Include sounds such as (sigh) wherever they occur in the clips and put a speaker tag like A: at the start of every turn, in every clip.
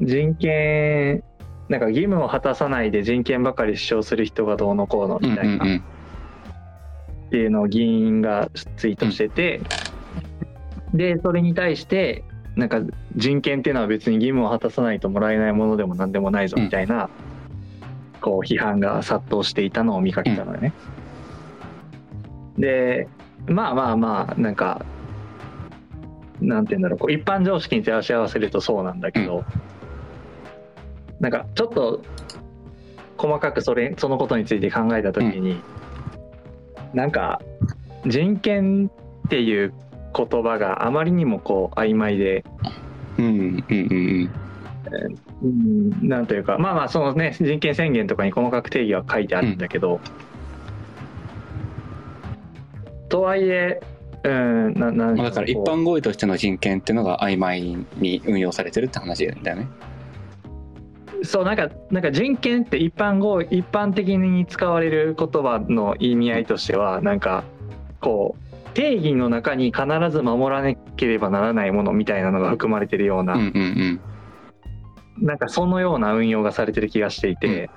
A: 人権なんか義務を果たさないで人権ばかり主張する人がどうのこうのみたいなっていうのを議員がツイートしてて、でそれに対してなんか人権っていうのは別に義務を果たさないともらえないものでも何でもないぞみたいな、こう批判が殺到していたのを見かけたのよね。でまあまあまあなんかなんて言うんだろうこう一般常識に照らし合わせるとそうなんだけど、なんかちょっと細かくそれそのことについて考えた時に、なんか人権っていう言葉があまりにもこう曖昧で、
B: うんうんうん
A: うん、なんというかまあまあそのね人権宣言とかに細かく定義は書いてあるんだけど、とはいえうんなな
B: うんんまあだから一
A: こ
B: 般合意としての人権っていうのが曖昧に運用されてるって話だよね。
A: うそうなんかなんか人権って一般語一般的に使われる言葉の意味合いとしてはなんかこう定義の中に必ず守らなければならないものみたいなのが含まれてるような
B: うんうんうん
A: なんかそのような運用がされてる気がしていて、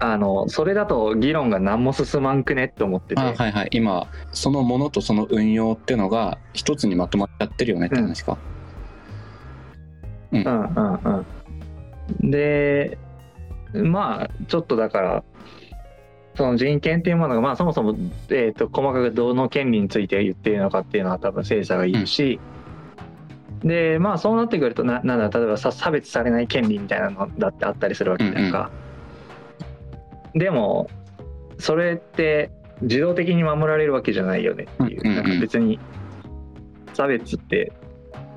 A: あのそれだと議論が何も進まんくねって思ってて、
B: あはいはい今そのものとその運用っていうのが一つにまとまっちゃってるよねって話か。
A: うんうんうん、でまあちょっとだからその人権っていうものが、まあ、そもそも、えー、と細かくどの権利について言っているのかっていうのは多分政者が言うし、でまあそうなってくるとななんだ例えばさ差別されない権利みたいなのだってあったりするわけじゃんか、でもそれって自動的に守られるわけじゃないよねっていう,、
B: うんうんうん
A: なんか別に差別って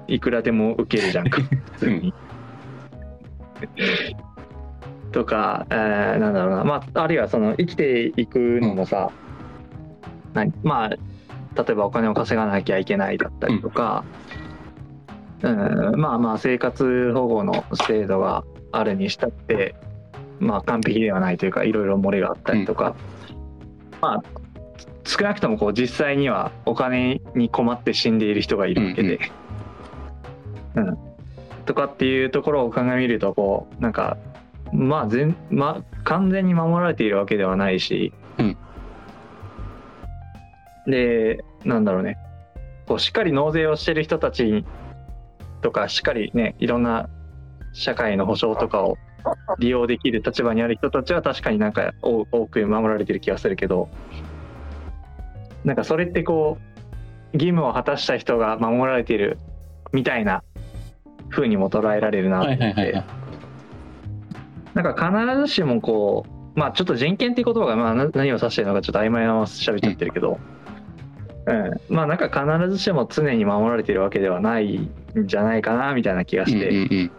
A: いくらでも受けるじゃんか普通に。とか、えーなんだろうな、まあ、あるいはその生きていくのもさ、何まあ例えばお金を稼がなきゃいけないだったりとか、うんまあまあ生活保護の制度があるにしたって、まあ、完璧ではないというかいろいろ漏れがあったりとか、まあ少なくともこう実際にはお金に困って死んでいる人がいるわけで。うんとかっていうところを鑑みるとこうなんかまあ全、まあ、完全に守られているわけではないし、
B: うん
A: でなんだろうねこうしっかり納税をしてる人たちとかしっかりねいろんな社会の保障とかを利用できる立場にある人たちは確かになんか多多く守られてる気がするけどなんかそれってこう義務を果たした人が守られてるみたいな風にも捉えられるなと
B: は
A: 思
B: い
A: って、
B: はいはいはい。
A: なんか必ずしもこう、まあちょっと人権っていう言葉がまあな何を指してるのかちょっと曖昧なまま喋っちゃってるけど、うん、まあなんか必ずしも常に守られてるわけではないんじゃないかなみたいな気が
B: うん
A: し
B: うん
A: て、
B: うん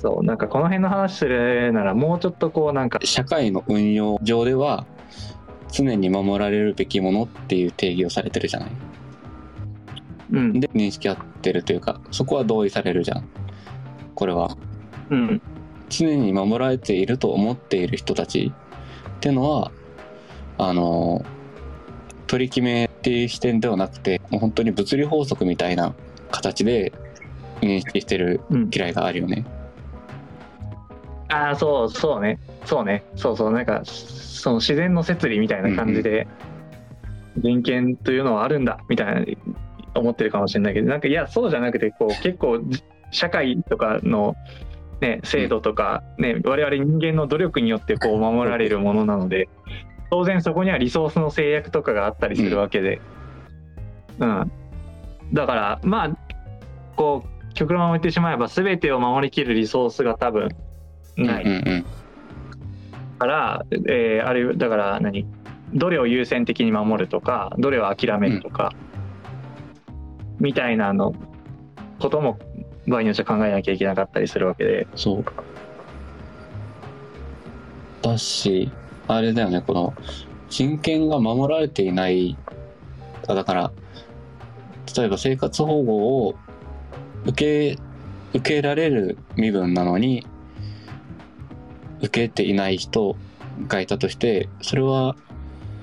A: そう、なんかこの辺の話するならもうちょっとこうなんか、
B: 社会の運用上では常に守られるべきものっていう定義をされてるじゃない。
A: うん、
B: で認識合ってるというかそこは同意されるじゃん。これは
A: うん、
B: 常に守られていると思っている人たちってのはあの取り決めっていう視点ではなくてもう本当に物理法則みたいな形で認識してる
A: うん。
B: 嫌いがあるよね。
A: ああ、そう、そうね、そうね、そうそう、なんか、その自然の摂理みたいな感じで、人権というのはあるんだ、みたいな、思ってるかもしれないけど、なんか、いや、そうじゃなくて、こう、結構、じ社会とかの、ね、制度とか、ね、我々人間の努力によって、こう、守られるものなので、当然そこにはリソースの制約とかがあったりするわけで、うん。だから、まあ、こう、極論を言ってしまえば、全てを守りきるリソースが多分、ない。
B: うんうん
A: から、えーあれだから何どれを優先的に守るとかどれを諦めるとか、みたいなのことも場合によっては考えなきゃいけなかったりするわけで
B: そうだしあれだよねこの人権が守られていないあだから例えば生活保護を受け受けられる身分なのに受けていない人がいたとしてそれは、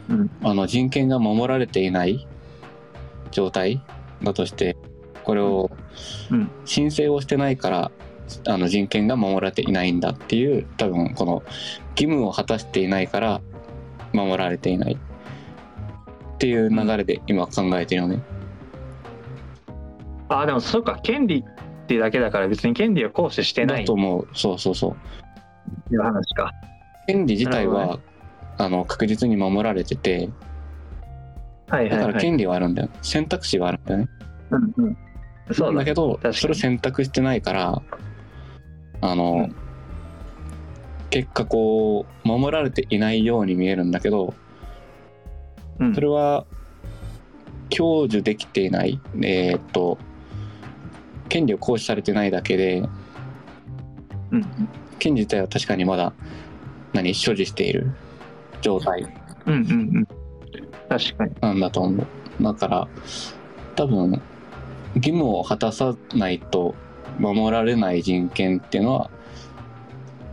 A: うん
B: あの人権が守られていない状態だとしてこれを
A: うん
B: 申請をしてないからあの人権が守られていないんだっていう多分この義務を果たしていないから守られていないっていう流れで今考えてるよね。
A: あでもそうか権利ってだけだから別に権利を行使してな
B: だ
A: いっ
B: と思うそうそうそう。
A: ていう話か
B: 権利自体
A: なる
B: は、あの確実に守られてて
A: はい
B: だ
A: は
B: か
A: いは
B: ら
A: い
B: 権利はあるんだよ、選択肢はあるんだよね。
A: うんうんそう
B: だ
A: だ
B: けど
A: かに
B: それを選択してないからあの、
A: うん
B: 結果こう守られていないように見えるんだけど
A: うん
B: それは享受できていないえーっと権利を行使されてないだけで
A: うん
B: 権利自体は確かにまだ何所持している状態
A: うんうんうん確かに
B: なんだと思うだから多分義務を果たさないと守られない人権っていうのは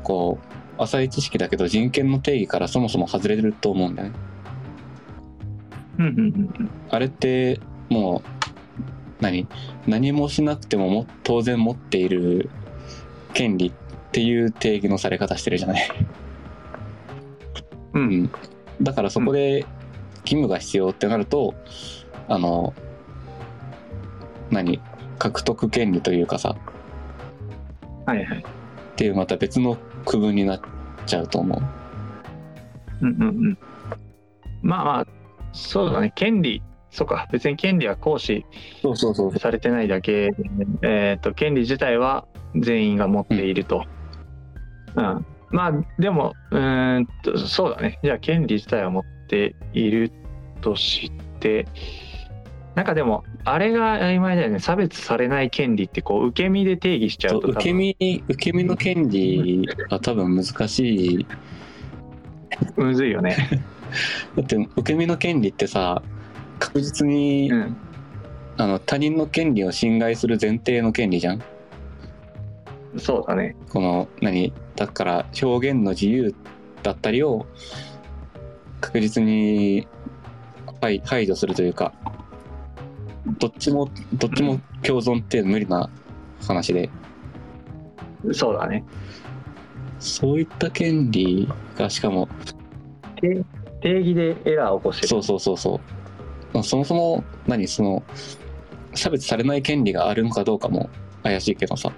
B: こう浅い知識だけど人権の定義からそもそも外れると思うんだよね
A: うんうんうん
B: あれってもう何何もしなくてもも当然持っている権利っていう定義のされ方してるじゃない
A: うん
B: うん、だからそこで義務が必要ってなると、あの何獲得権利というかさ
A: はいはい
B: っていうまた別の区分になっちゃうと思う
A: うんうんうんまあまあそうだね権利そうか別に権利は行使
B: そうそうそう
A: されてないだけ、えー、と権利自体は全員が持っていると、うんまあでもうーんとそうだねじゃあ権利自体は持っているとしてなんかでもあれが曖昧だよね差別されない権利ってこう受け身で定義しちゃうと多分
B: 受け身受け身の権利は多分難しい
A: むずいよね、
B: だって受け身の権利ってさ確実に、
A: うん、
B: あの他人の権利を侵害する前提の権利じゃん
A: そうだね
B: この何だから表現の自由だったりを確実に排排除するというかどっちもどっちも共存って無理な話で
A: そうだね
B: そういった権利がしかも
A: 定定義でエラーを起こしてる
B: そうそうそうそうまあそもそも何その差別されない権利があるのかどうかも怪しいけどさ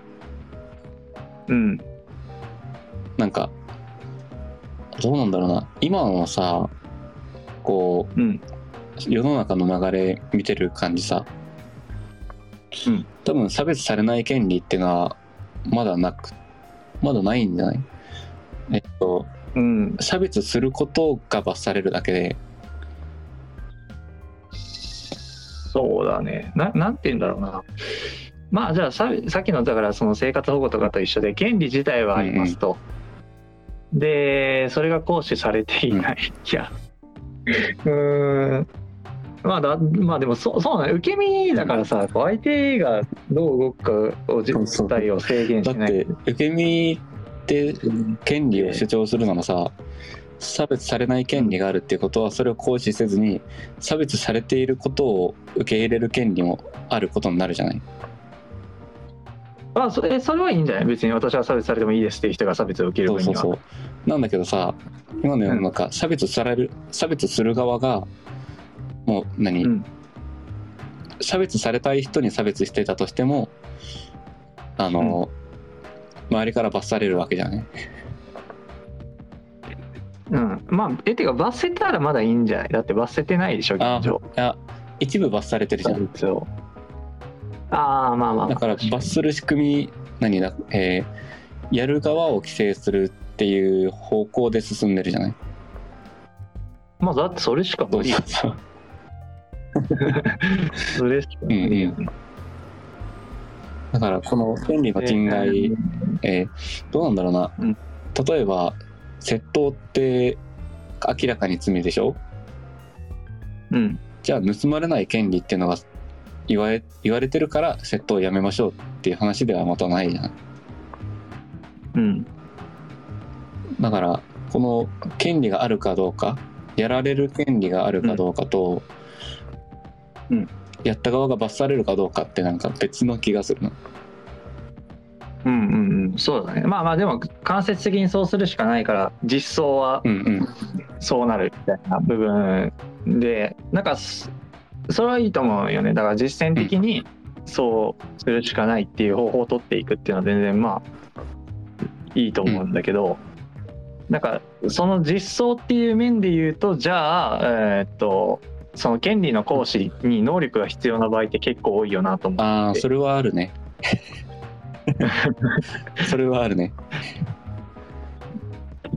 A: うん
B: なんかどうなんだろうな今のさこう
A: うん
B: 世の中の流れ見てる感じさ、
A: うん
B: 多分差別されない権利ってのはまだなくまだないんじゃないえっと
A: うん
B: 差別することが罰されるだけで
A: そうだね。ななんて言うんだろうな。まあじゃあささっきのだからその生活保護とかと一緒で権利自体はありますと。でそれが行使されていない。いやうーんまあだまあでもそうそうなの受け身だからさこう相手がどう動くかを自
B: そうそう
A: 自体を制限
B: だ
A: し
B: っ
A: ない。
B: て受け身って権利を主張するならさ差別されない権利があるっていうことはそれを行使せずに差別されていることを受け入れる権利もあることになるじゃない
A: まあそれそれはいいんじゃない別に私は差別されてもいいですっていう人が差別を受ける
B: そ
A: 分
B: う
A: に
B: そ
A: は。
B: うそうなんだけどさ今の世の中、差別される差別する側がもう何、
A: うん
B: 差別されたい人に差別してたとしてもあの、周りから罰されるわけじゃない
A: うん、まあえてか罰せたらまだいいんじゃないだって罰せてないでしょ
B: あ
A: 現状。
B: いや一部罰されてるじゃん
A: ああまあまあ
B: だから罰する仕組み何だえーやる側を規制するっていう方向で進んでるじゃない
A: まあだってそれしか
B: そ
A: 無
B: う
A: 理
B: そうそう
A: それしか無理よね
B: だからこの権利の侵害、えーどうなんだろうな、
A: うん
B: 例えば窃盗って明らかに罪でしょ
A: うん
B: じゃあ盗まれない権利っていうのが言われ言われてるから窃盗をやめましょうっていう話ではまたないじゃん
A: うん
B: だからこの権利があるかどうかやられる権利があるかどうかと、
A: うん
B: やった側が罰されるかどうかってなんか別の気がするな
A: うんうんうんそうだねまあまあでも間接的にそうするしかないから実装は
B: うんうん
A: そうなるみたいな部分でなんかそそれはいいと思うよねだから実践的にそうするしかないっていう方法を取っていくっていうのは全然まあいいと思うんだけど、なんかその実装っていう面で言うとじゃあえーっとその権利の行使に能力が必要な場合って結構多いよなと思う
B: ああそれはある
A: (laughs)
B: ねそれはあるね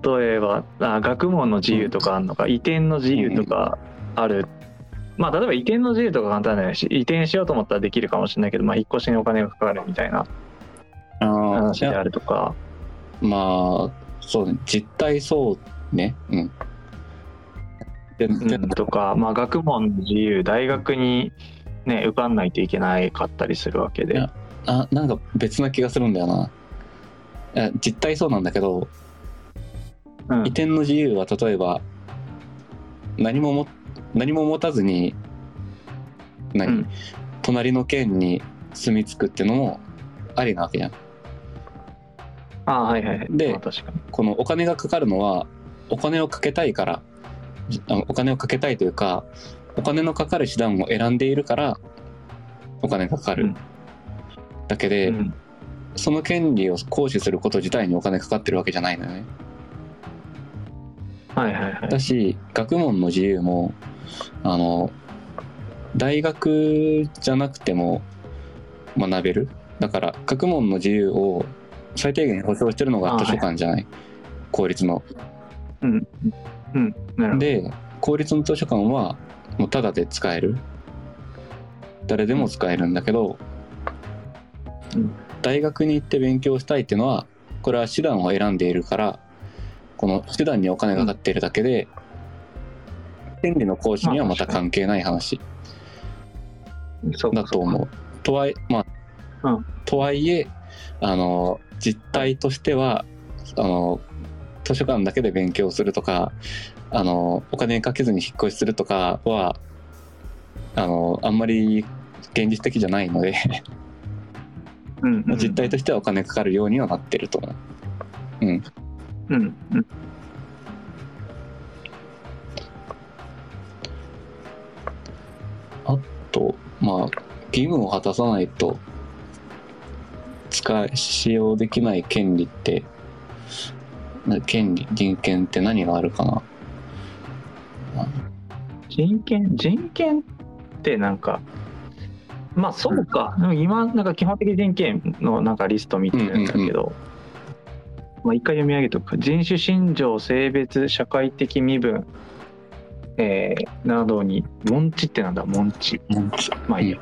A: 例えばあ学問の自由とかあるのか移転の自由とかある、まあ例えば移転の自由とか簡単だよねし移転しようと思ったらできるかもしれないけど、まあ、引っ越しにお金がかかるみたいな
B: ああ
A: 話であるとか
B: まあそうね実態そうねうんでで
A: うんとか、まあ、学問の自由大学に、ね、受かんないといけないかったりするわけ
B: い
A: で
B: や。あなんか別な気がするんだよなえ実態そうなんだけど
A: うん
B: 移転の自由は例えば何もも何も持たずに何、
A: うん
B: 隣の県に住み着くっていうのもありなわけじゃん
A: あはいはいはい。
B: で
A: まあ確かに。
B: このお金がかかるのはお金をかけたいからじあお金をかけたいというかお金のかかる手段を選んでいるからお金がかかる、
A: うん
B: だけで、
A: うん
B: その権利を行使すること自体にお金かかってるわけじゃないのよね
A: はいはいはい。
B: だし学問の自由もあの大学じゃなくても学べるだから学問の自由を最低限保障してるの
A: あー
B: が図書館じゃない、公立の
A: うん。うん。なるほど。
B: で公立の図書館はもうタダで使える誰でも使えるんだけど、
A: うん
B: 大学に行って勉強したいっていうのはこれは手段を選んでいるからこの手段にお金がかかっているだけで、権利の行使にはまた関係ない話
A: そうか
B: だと思う。とはいまあ
A: うん
B: とはいえあの実態としてはあの図書館だけで勉強するとかあのお金かけずに引っ越しするとかはあのあんまり現実的じゃないので、
A: うんうんうん
B: 実態としてはお金かかるようにはなってると思う。
A: うんうん
B: とまあ義務を果たさないと使い使用できない権利ってな権利人権って何があるかな
A: 人権人権ってなんかまあそうか、でも今なんか基本的人権のなんかリスト見てるんだけど、まあ一回読み上げとくか人種信条性別社会的身分えーなどに門地ってなんだ門地まあいいや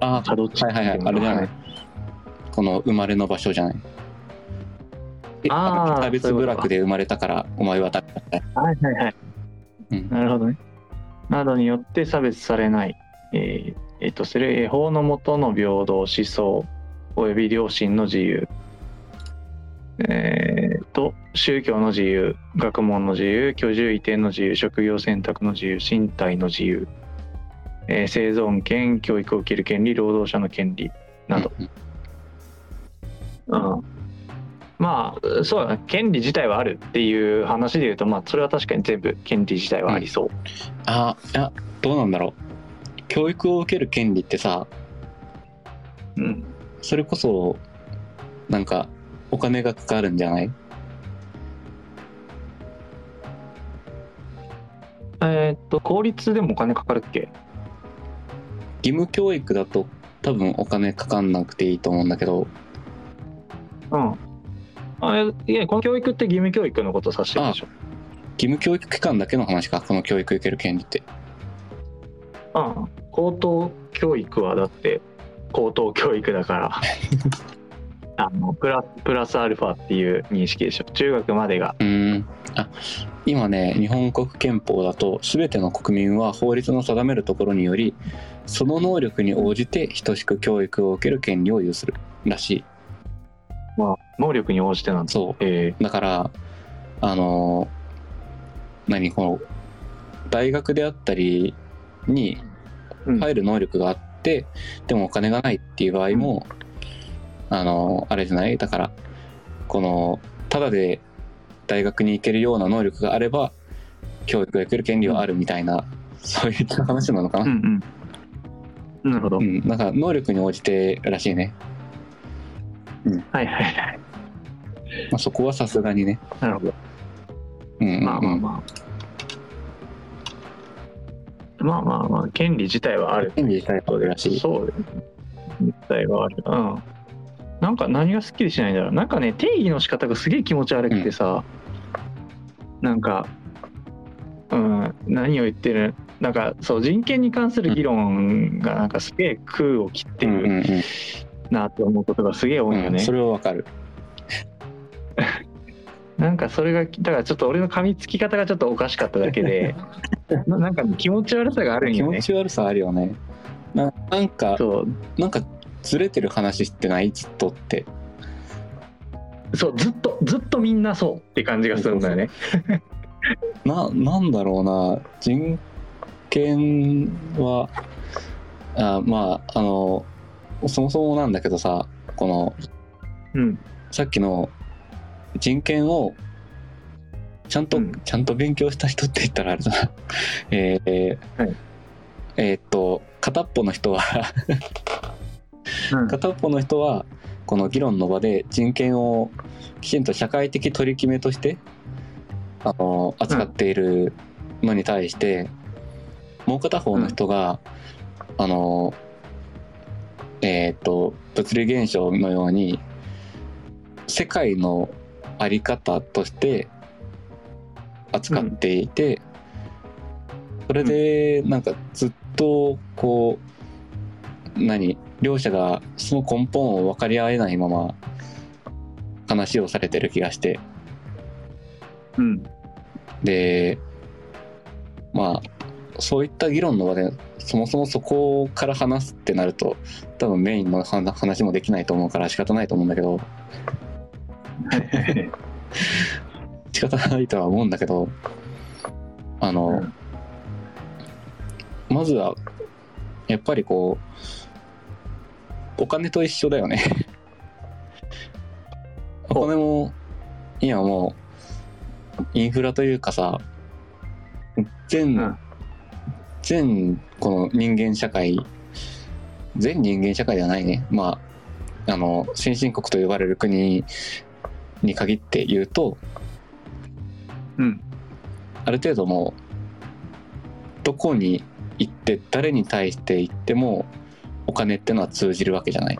B: あ
A: 門地
B: はいはいはいあれじゃないこの生まれの場所じゃない
A: あー
B: 差別部落で生まれたからお前はダメだ
A: はいはいはい、
B: うん
A: なるほどねなどによって差別されないえーえーとそれえー法の下の平等思想および良心の自由えーと宗教の自由学問の自由居住移転の自由職業選択の自由身体の自由、えー生存権教育を受ける権利労働者の権利など、
B: う
A: う
B: ん
A: んまあそうだね権利自体はあるっていう話でいうとまあそれは確かに全部権利自体はありそう、
B: あいやどうなんだろう教育を受ける権利ってさ
A: うん
B: それこそなんかお金がかかるんじゃない
A: えーっと公立でもお金かかるっけ
B: 義務教育だと多分お金かかんなくていいと思うんだけど
A: うんあいやこの教育って義務教育のことを指してるでしょ
B: 義務教育機関だけの話かこの教育受ける権利って
A: うん高等教育はだって高等教育だ
B: (laughs)
A: からあのプラプラスアルファっていう認識でしょ中学までが
B: うーんあ今ね日本国憲法だと全ての国民は法律の定めるところによりその能力に応じて等しく教育を受ける権利を有するらしい
A: 能力に応じてなんです
B: そ
A: え
B: うだからあの何この大学であったりに
A: うん
B: 入る能力があって、でもお金がないっていう場合も、あのあれじゃないだからこのただで大学に行けるような能力があれば教育を受ける権利はあるみたいな、そういった話なのかな、
A: うんうん。なるほど。
B: うん、なんか能力に応じてらしいね、
A: はいはいはい。
B: まあ、そこはさすがにね、
A: なるほど。
B: うんうんうん
A: まあまあまあ。まあまあまあ、権利自体はある。
B: 権利自体はあるらしい
A: そうですね。自体はある。うん。なんか何がすっきりしないんだろう。なんかね、定義の仕方がすげえ気持ち悪くてさ、なんか、うん、何を言ってるなんかそう人権に関する議論がなんかすげえ空を切って
B: うんう
A: る
B: んうん
A: なって思うことがすげえ多いよね、
B: うん、それはわかる
A: なんかそれがだからちょっと俺の噛みつき方がちょっとおかしかっただけ
B: (laughs)
A: でななんかね気持ち悪さがあるん
B: 気
A: よね
B: 持ち悪さあるよねななんか
A: そう
B: なんかずれてる話してないずっとって
A: そうずっとずっとみんなそうって感じがするんだよね
B: ななんだろうな人権はあまああのそもそもなんだけどさこの
A: うん
B: さっきの人権をちゃんと、
A: うん
B: ちゃんと勉強した人って言ったらあれだな (laughs) えー
A: はい
B: えーっと片っぽの人は
A: うん
B: 片っぽの人はこの議論の場で人権をきちんと社会的取り決めとしてあの扱っているのに対して、もう片方の人が、あのえーっと物理現象のように世界のあり方として扱っていて、それでなんかずっとこう何両者がその根本を分かり合えないまま話をされてる気がして
A: うん
B: でまあそういった議論の場でそもそもそこから話すってなると多分メインの話話もできないと思うから仕方ないと思うんだけど仕方ないとは思うんだけどあの、まずはやっぱりこうお金と一緒だ
A: (laughs)
B: よねお金も今もうインフラというかさ全、
A: うん
B: 全この人間社会全人間社会ではないねまああの先進国と呼ばれる国に限って言うと、
A: うん
B: ある程度もうどこに行って誰に対して行ってもお金ってのは通じるわけじゃない。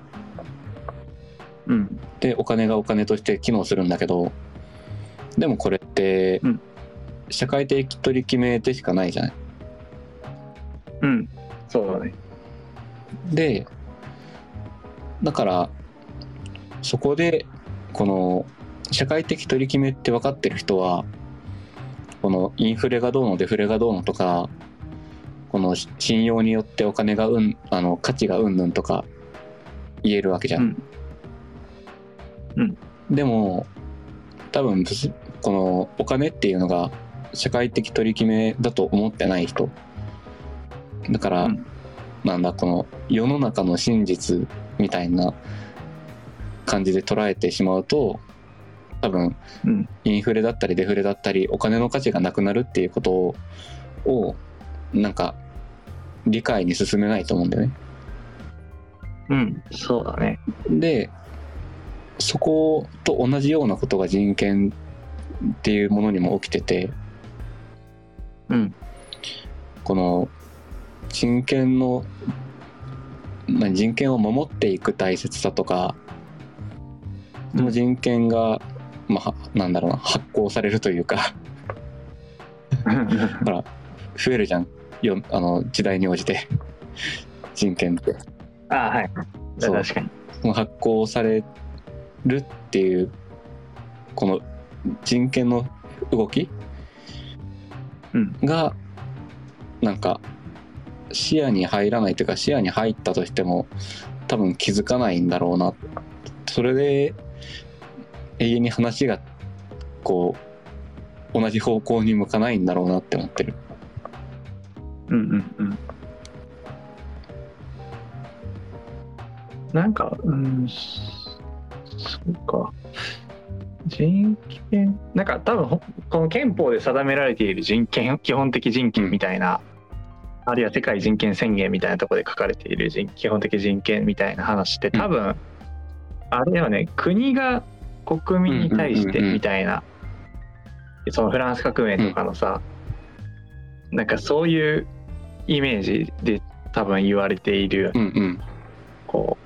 A: うん
B: でお金がお金として機能するんだけどでもこれって
A: うん
B: 社会的取り決めでしかないじゃない。
A: うんそうだね
B: でだからそこでこの社会的取り決めって分かってる人はこのインフレがどうのデフレがどうのとかこのし信用によってお金がうんあの価値がうんぬんとか言えるわけじゃん。
A: うん
B: でも多分ぶすこのお金っていうのが社会的取り決めだと思ってない人だから、
A: うん
B: なんだこの世の中の真実みたいな感じで捉えてしまうと多分
A: うん
B: インフレだったりデフレだったりお金の価値がなくなるっていうことををなんか理解に進めないと思うんだよね。
A: うんそうだね
B: でそこと同じようなことが人権っていうものにも起きてて
A: うん
B: この人権のまあ人権を守っていく大切さとかその人権が、まあ、はなんだろうな発行されるというか
A: (laughs)
B: ほら増えるじゃんよあの時代に応じて人権って
A: あはい
B: そう
A: 確かに
B: その発行されるっていうこの人権の動き、
A: うん
B: がなんか視野に入らないというか視野に入ったとしても多分気づかないんだろうなそれで永遠に話がこう同じ方向に向かないんだろうなって思ってる
A: うんうんうんなんか、うん、そうか。人権、なんか多分ほ、この憲法で定められている人権、基本的人権みたいな、あるいは世界人権宣言みたいなところで書かれている人基本的人権みたいな話って、多分、あれはね、国が国民に対して
B: うんうんうんうん
A: みたいな、そのフランス革命とかのさ、なんかそういうイメージで多分言われているよね
B: うんうん
A: こう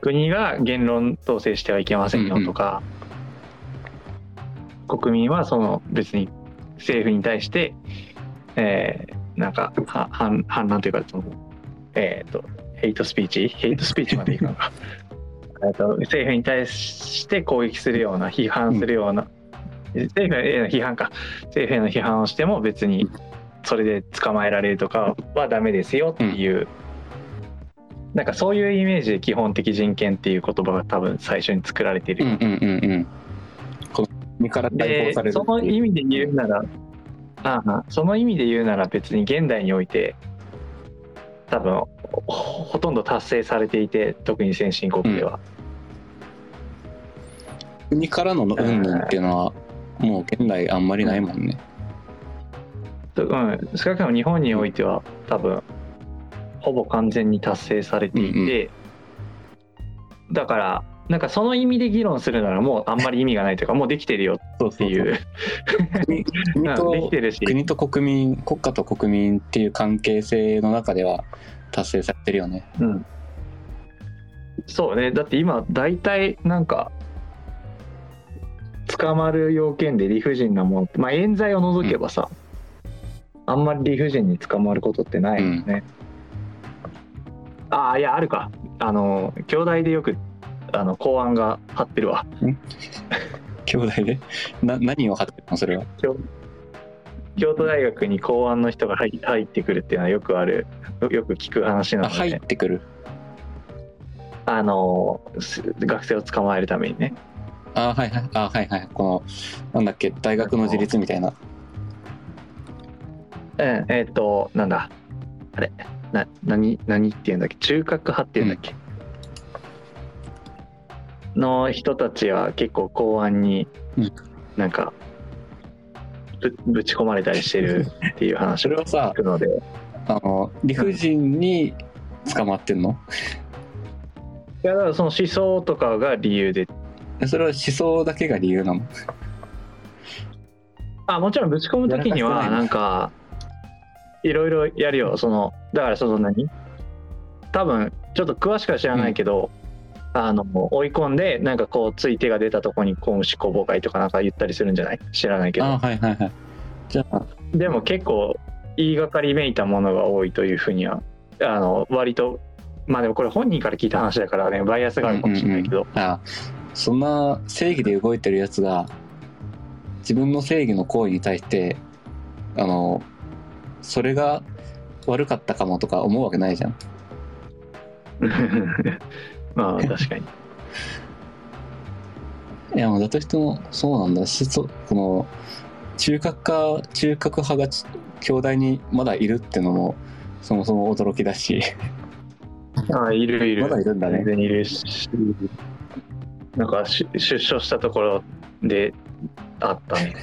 A: 国が言論統制してはいけませんよとか、国民はその別に政府に対して、えーなんかは反反乱というかその、えー、とヘイトスピーチヘイトスピーチまでいく (laughs) のかえーと政府に対して攻撃するような批判するような、政府への批判か政府への批判をしても別にそれで捕まえられるとかはダメですよっていう。なんかそういうイメージで基本的人権っていう言葉が多分最初に作られている。
B: うんうんうんうんこの身から解放
A: で、
B: される
A: その意味で言うなら、ああその意味で言うなら別に現代において、多分ほほとんど達成されていて、特に先進国では。
B: 国からの云々っていうのはもう現代あんまりないもんね
A: とうん、少なくとも日本においては多分ほぼ完全に達成されていて、だからなんかその意味で議論するならもうあんまり意味がないというかもうできてるよ
B: そう
A: っていう
B: 国国
A: うんでき
B: と
A: てるし
B: 国と国民国家と国民っていう関係性の中では達成されてるよね
A: うん、そうねだって今大体なんか捕まる要件で理不尽なものってまあ冤罪を除けばさ、あんまり理不尽に捕まることってないよね、ああいやあるかあの兄弟でよくあの公安が張ってるわ
B: 兄弟
A: (laughs)
B: でな何を張ってるのそれは
A: 京京都大学に公安の人が入入ってくるっていうのはよくあるよく聞く話な
B: あ
A: ので、
B: 入ってくる
A: あのす学生を捕まえるためにね
B: あはいはいあはいはいこのなんだっけ大学の自立みたいな
A: うん、えっ、と、なんだ、あれ、な、何、何っていうんだっけ、中核派っていうんだっけ。の人たちは結構公安に
B: うん、
A: なんか、ぶぶち込まれたりしてるっていう話
B: そ
A: を
B: れはさ
A: 聞くので、い
B: あの理不尽に捕まってんの
A: や、だからその思想とかが理由で、
B: それは思想だけが理由なの
A: あ、もちろんぶち込む時に
B: やらか
A: は、
B: してないの
A: なんか、いろいろやるよ、その、だからその何多分、ちょっと詳しくは知らないけど、あの追い込んでなんかこうつい手が出たとこに公務執行妨害とかなんか言ったりするんじゃない知らないけど
B: あはいはいはいじゃあ
A: でも結構言いがかりめいたものが多いというふうにはあの割とまあでもこれ本人から聞いた話だからねバイアスがあるかもしれないけど、
B: うんうんあそんな正義で動いてるやつが自分の正義の行為に対してあのそれが悪かったかもとか思うわけないじゃん
A: (laughs) まあ確
B: (laughs)
A: かに
B: いやもうだとしてもそうなんだ思想この中核か中核派がち兄弟にまだいるってのもそもそも驚きだし
A: あいるいる
B: まだいるんだね
A: 全然いるしなんかし出所したところであったね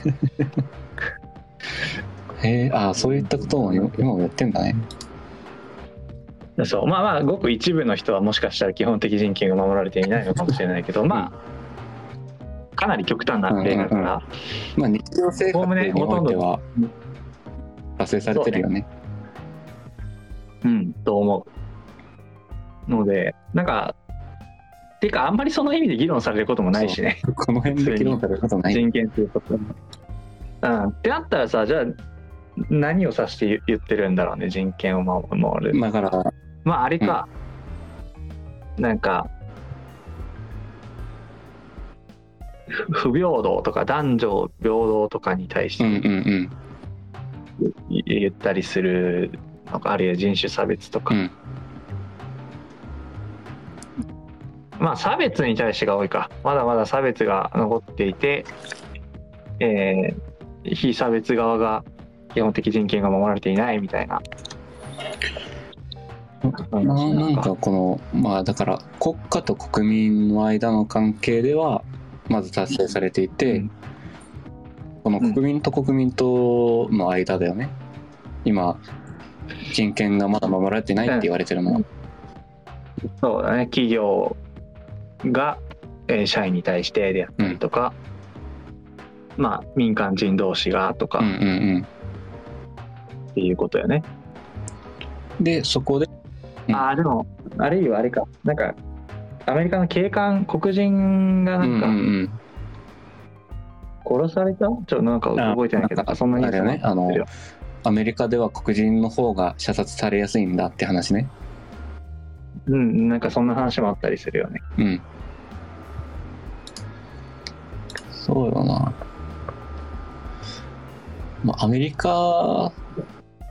B: へえああそういったことも今今もやってんだね
A: そうまあまあごく一部の人はもしかしたら基本的人権が守られていないのかもしれないけどまあかなり極端な例だから、
B: まあ日常生活においては達成されてるよね。
A: うんと思うのでなんかていうかあんまりその意味で議論されることもないしね
B: この辺で議論されることない。
A: 人権ということもうんってなったらさじゃあ何を指して言ってるんだろうね人権を守る
B: だから、
A: まああれか、なんかふ不平等とか男女平等とかに対し
B: うんうん
A: て
B: うん。
A: い言ったりするのか、あるいは人種差別とか、
B: うん
A: まあ差別に対してが多いかまだまだ差別が残っていて、えー非差別側が基本的人権が守られていないみたいな
B: ななんかこのまあだから国家と国民の間の関係ではまず達成されていて、
A: うん
B: この国民と国民との間だよね今人権がまだ守られてないって言われてるのは、
A: そうだね企業が、えー社員に対してであったりとか、まあ民間人同士がとか
B: うんうんうん
A: っていうことよね、
B: でそこでうん
A: ああでもあるいはあれかなんかアメリカの警官黒人が
B: う
A: なん
B: うんんう
A: か
B: ん
A: 殺された、ちょっとなんか覚えてないけどな
B: あ
A: んかそんなニュース
B: あれねあの
A: になってるよ
B: アメリカでは黒人の方が射殺されやすいんだって話ね
A: うんなんかそんな話もあったりするよね
B: うんそうよな、まあ、アメリカ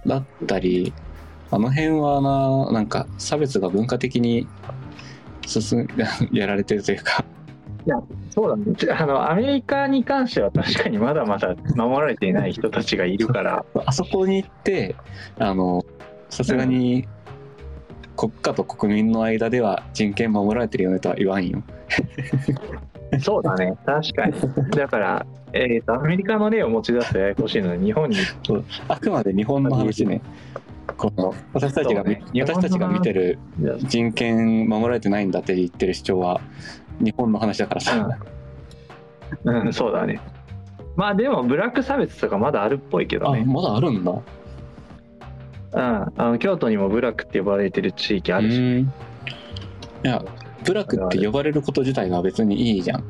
B: だったりあの辺はななんか差別が文化的に進ん (laughs) やられてるというか
A: そうだねちあのアメリカに関しては確かにまだまだ守られていない人たちがいるから
B: あそこに行ってあのさすがに国家と国民の間では人権守られてるよねとは言わんよ
A: そうだね、確かに。
B: (laughs)
A: だから、えーと、アメリカの例を持ち出すとややこしいので、日本に。
B: あくまで日本の話ねこの私たちが見、
A: そうね
B: 私たちが見てる人権守られてないんだって言ってる主張は日本の話だからさ、
A: うん、うん、そうだね。まあでも、ブラック差別とかまだあるっぽいけど
B: あ
A: ね。
B: まだあるんだ
A: うん、あの京都にもブラックって呼ばれてる地域あ
B: う
A: るし。
B: んいやブラックって呼ばれること自体が別にいいじゃん
A: い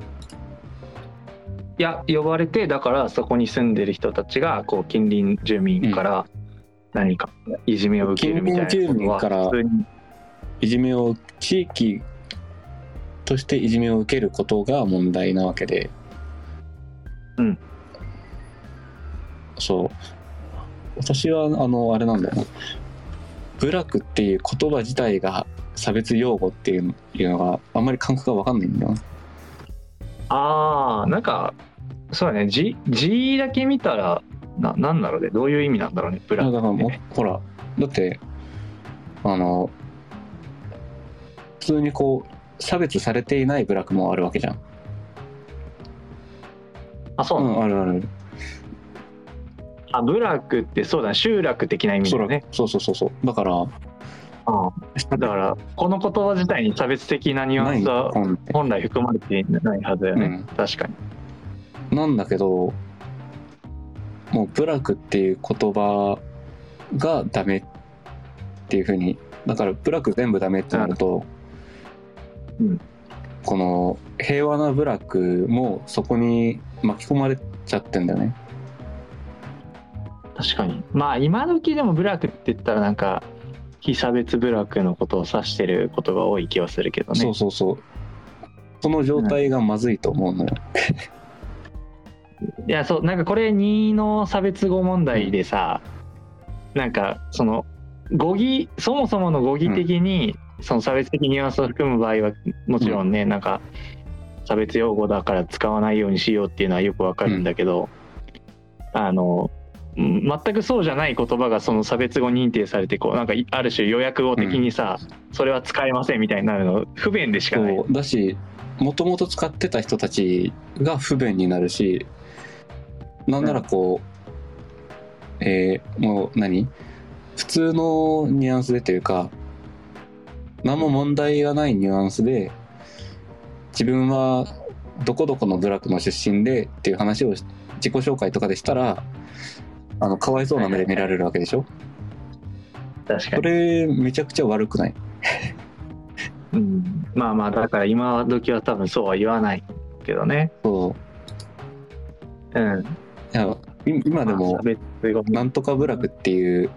A: や、呼ばれて、だからそこに住んでる人たちが、こう、近隣住民から何かいじめを受けるみたいな
B: 近
A: こと
B: 隣住民
A: は、
B: から
A: 普通に
B: いじめを地域としていじめを受けることが問題なわけで
A: うん
B: そう私はあのあれなんだよなブラックっていう言葉自体が差別用語っていうのがあんまり感覚が分かんないんだよな
A: ああ、なんか、そうだね、字字だけ見たら、ななんだろうね、どういう意味なんだろうね、ブラッ
B: あ
A: ク
B: だからもうほらだってあの普通にこう差別されていない部落もあるわけじゃん
A: あ、そう
B: う
A: なの、
B: んあるある
A: あ、部落ってそうだね、集落的な意味だ
B: そ
A: よ
B: ら
A: ね。
B: そうそうそうそうだから
A: うんだから、この言葉自体に差別的なニュア
B: な
A: ン
B: い
A: スは
B: 本
A: 本来含まれていないはずだよね。確かに。
B: うん、なんだけどもう部落っていう言葉がダメっていうふうにだから部落全部ダメってなると、
A: うん
B: この平和な部落もそこに巻き込まれちゃってんだよね
A: 確かに。まあ、今時でも部落って言ったら、なんか、非差別部落のことを指してることが多い気はするけど
B: そう
A: ね。
B: そうそうその状態がまずいと思うのよ、
A: いや、そう、なんかこれ、2の差別語問題でさ、なんか、その、語義、そもそもの語義的に、その差別的ニュアンスを含む場合は、もちろんね、なんか、差別用語だから使わないようにしようっていうのはよくわかるんだけど、あの、うん全くそうじゃない言葉がその差別語認定されてこうなんかいある種予約語的にさ、それは使えませんみたいになるの不便でしかない
B: そうだしもともと使ってた人たちが不便になるしなんならこう、えーもう何普通のニュアンスでというか何も問題がないニュアンスで自分はどこどこの部落の出身でっていう話をし自己紹介とかでしたらあのかわいそうな目で見られるわけでしょ、
A: 確か
B: こ
A: に、
B: れめちゃくちゃ悪くない
A: うん、まあまあだから今時は多分そうは言わないけどね
B: そう
A: うん
B: いやい今
A: ま
B: で
A: あ
B: も
A: 差別語
B: なんとか部落っていう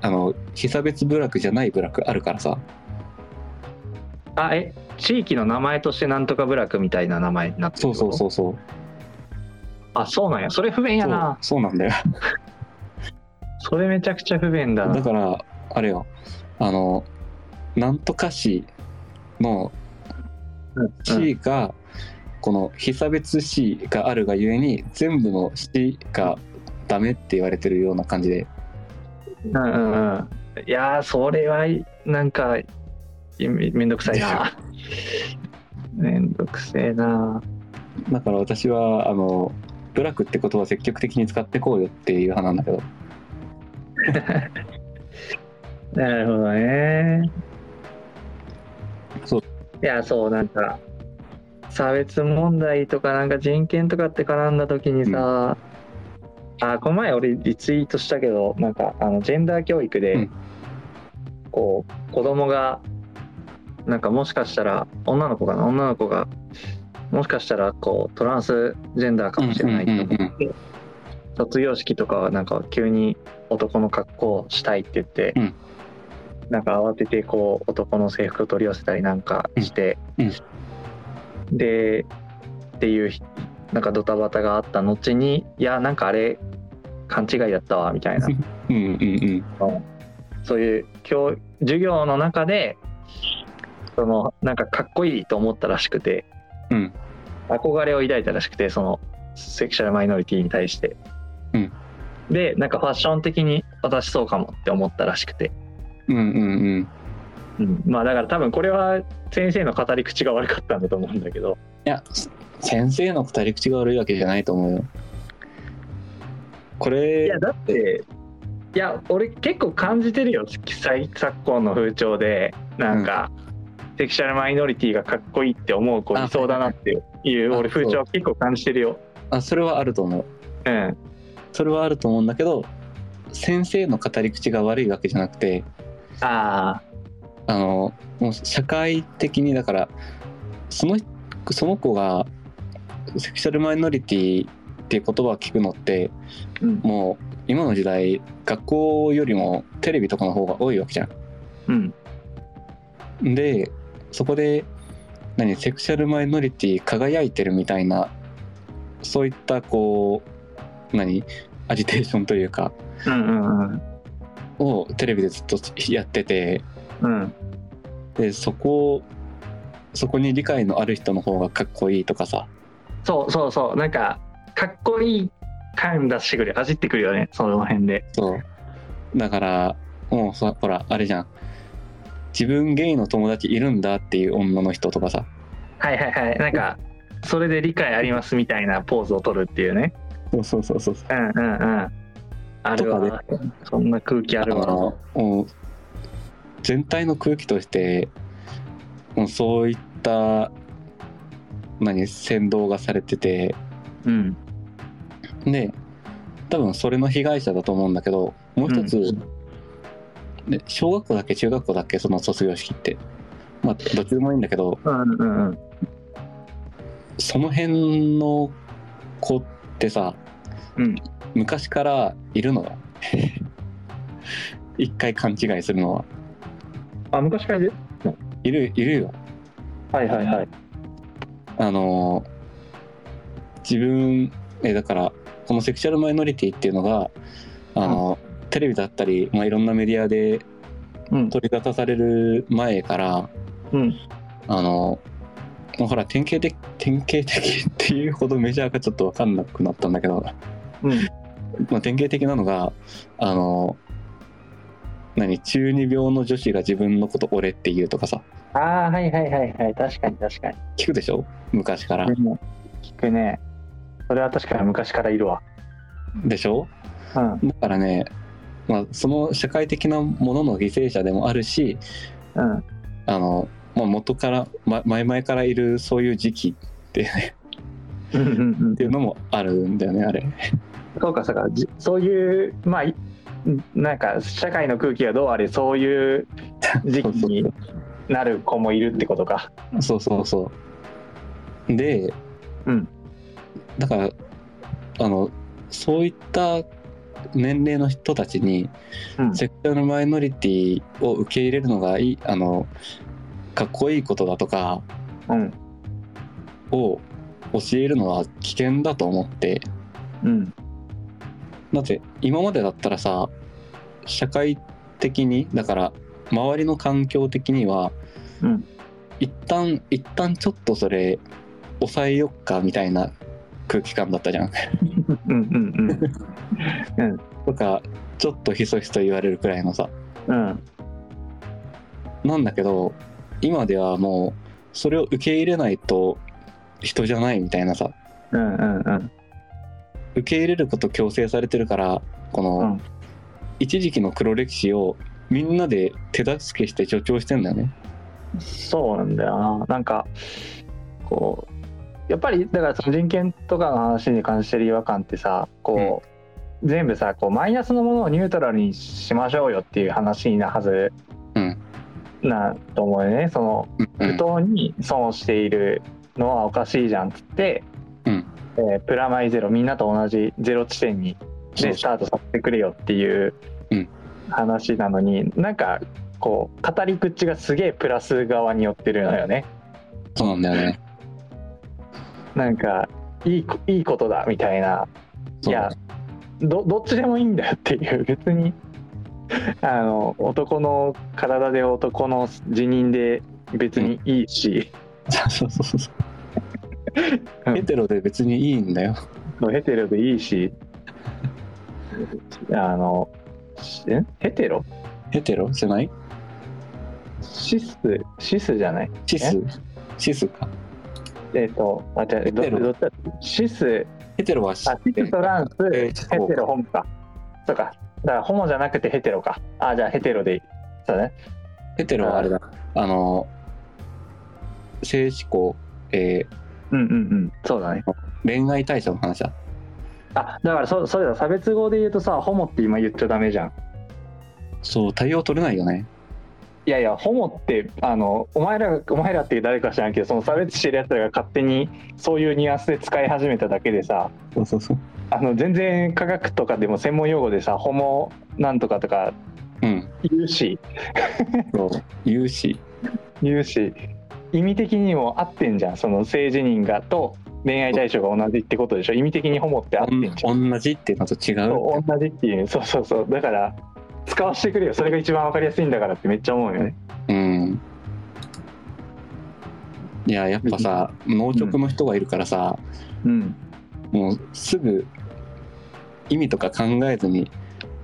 B: あの被差別部落じゃない部落あるからさ
A: あえ地域の名前としてなんとか部落みたいな名前になってる
B: そうそう
A: う
B: そうそう
A: あそうなんやそれ不便や
B: そう
A: な
B: そうなんだよ
A: それめちゃくちゃ不便だな
B: だからあれよあのなんとか市の
A: うんうん
B: 市が、この被差別市があるがゆえに全部の市がダメって言われてるような感じで
A: うんうんうんいやーそれはいなんかいめめんどくさいなめんどくせえな
B: だから私はあのブラックって言葉を積極的に使ってこうよっていう派なんだけど
A: なるほどね
B: そう
A: いやそうなんか差別問題とかなんか人権とかって絡んだ時にさ、あこの前俺リツイートしたけどなんかあのジェンダー教育で、
B: うん
A: こう子供がなんかもしかしたら女の子かな女の子がもしかしたらこうトランスジェンダーかもしれないと思って、
B: うんうん
A: 卒業式とかはなんか急に男の格好をしたいって言って、
B: うん
A: なんか慌ててこう男の制服を取り寄せたりなんかして、
B: うん
A: でっていうなんかドタバタがあった後にいやなんかあれ勘違いだったわみたいな
B: うんうん
A: そういう教授業の中でそのなんかかっこいいと思ったらしくて
B: うんうん
A: 憧れを抱いたらしくてそのセクシャルマイノリティに対して、
B: うん
A: でなんかファッション的に私そうかもって思ったらしくて、
B: うんうんうん
A: うん、まあだから多分これは先生の語り口が悪かったんだと思うんだけど
B: いや先生の語り口が悪いわけじゃないと思うよこ
A: い
B: れ
A: やだっていや俺結構感じてるよ最昨今の風潮でなんか、セクシャルマイノリティがかっこいいって思う子いそうだなっていう
B: あ
A: 俺風潮は結構感じてるよ。
B: あそれはあると思う
A: うん、
B: それはあると思うんだけど先生の語り口が悪いわけじゃなくて
A: あ
B: あのもう社会的にだからそのその子がセクシャルマイノリティっていう言葉を聞くのって
A: ー、うん
B: もう今の時代学校よりもテレビとかの方が多いわけじゃ
A: うん、
B: ん。でそこで何セクシャルマイノリティ輝いてるみたいなそういったこう何アジテーションというか
A: うんうん
B: をテレビでずっとやってて
A: うんうん
B: でそこをそこに理解のある人の方がかっこいいとかさ
A: そうそうそうなんかかっこいい感出してくるよ味ってくるよねその辺で
B: そうだからもうさほらあれじゃん自分ゲイの友達いるんだっていう女の人とかさ
A: はいはいはいなんかそれで理解ありますみたいなポーズを取るっていうね
B: そうそうそうそう
A: うんうんうんある
B: と
A: わそんな空気あ
B: だ
A: る
B: から
A: わ
B: もう全体の空気としてもうそういった何扇動がされてて
A: うん
B: で多分それの被害者だと思うんだけどもう一つ、で小学校だっけ中学校だっけその卒業式ってまあどっちでもいいんだけど
A: うんうんうん
B: その辺の子ってさ、
A: うん
B: 昔から (laughs) いるのよ一回勘違いするのは
A: あ昔からで
B: いるいるよ
A: はいはいはい
B: あのー自分えだからこのセクシャルマイノリティっていうのがあの、テレビだったり、まあ、いろんなメディアで
A: うん
B: 取り沙汰される前から
A: うん
B: あのもうほら典型的典型的っていうほどメジャーかちょっと分かんなくなったんだけど、
A: うん
B: まあ、典型的なのがあの何中二病の女子が自分のこと俺って言うとかさ
A: ああはいはいはいはい確かに確かに
B: 聞くでしょ昔から
A: でも聞くねそれは確かに昔からいるわ
B: でしょ
A: うん
B: だからね、まあ、その社会的なものの犠牲者でもあるし
A: うん
B: あの、まあ、元から、ま、前々からいるそういう時期 (laughs)
A: うんうんうん
B: っていうのもあるんだよねあれ
A: そうかそうかじそういうまあいなんか社会の空気がどうあれそういう時期になる子もいるってことか。
B: そうそうそうで、
A: うん
B: だからあのそういった年齢の人たちに
A: うん
B: セクシャルマイノリティを受け入れるのがいいあのかっこいいことだとか
A: うん
B: を教えるのは危険だと思って
A: うん
B: だって今までだったらさ社会的にだから周りの環境的には、
A: うん
B: 一旦一旦ちょっとそれ抑えよっかみたいな空気感だったじゃん (laughs)
A: うんうんうん
B: とかちょっとひそひそ言われるくらいのさ
A: うん
B: なんだけど今ではもうそれを受け入れないと人じゃないみたいなさ
A: うんうんうん
B: 受け入れること強制されてるからこの、
A: うん
B: 一時期の黒歴史をみんなで手助けして助長してんだよね。
A: そうなんだよななんかこうやっぱりだからその人権とかの話に関してる違和感ってさこう、全部さこうマイナスのものをニュートラルにしましょうよっていう話なはず
B: うん
A: なと思うよねその
B: うんう
A: 不
B: ん
A: 当に損をしているのはおかしいじゃんっつって、
B: うん
A: えープラマイゼロみんなと同じゼロ地点に
B: そ
A: で
B: うそう
A: スタートさせてくれよっていう
B: うん
A: 話なのに、なんかこう語り口がすげえプラス側に寄ってるのよね
B: そうなんだよね。
A: なんかいいこいいことだみたいな
B: そ
A: いうやどどっちでもいいんだよっていう (laughs) 別にあの男の体で男の辞任で別にいいし、
B: そうそうそうそうう。
A: ん
B: ヘテロで別にいいんだよ。
A: ヘテロでいいし (laughs) あのしんヘテロ
B: ヘテロじゃない
A: シスシスじゃない
B: シスシスか。
A: えっ、と、あ、じゃあ、
B: ヘテロ
A: どどっちだシス、
B: ヘテロはシ
A: あ、シストランス、ヘ
B: えー
A: テロ、ホモか。そうか。だから、ホモじゃなくてヘテロか。あ、じゃあ、ヘテロでいい。そうだね。
B: ヘテロはあれだ。あの、性思考、えー
A: うんうんうん。そうだね。
B: 恋愛対象の話だ。
A: あ、だからそ、それだ、差別語で言うとさ、ホモって今言っちゃダメじゃん。
B: そう、対応取れないよね。
A: いやいや、ホモって、あの、お前ら、お前らって誰か知らんけど、その差別してるやつらが勝手にそういうニュアンスで使い始めただけでさ、
B: そうそうそう。
A: あの、全然科学とかでも専門用語でさ、ホモなんとかとか
B: うん。
A: 言うし、
B: そう。言うし。
A: 言うし意味的にも合ってんじゃんその性自認がと恋愛対象が同じってことでしょ意味的にホモって合ってんじゃん、
B: 同じっていうのと違う
A: そう同じっていうそうそうそうだから使わせてくれよそれが一番わかりやすいんだからってめっちゃ思うよね
B: うんいややっぱさ農直の人がいるからさ、
A: うん
B: もうすぐ意味とか考えずに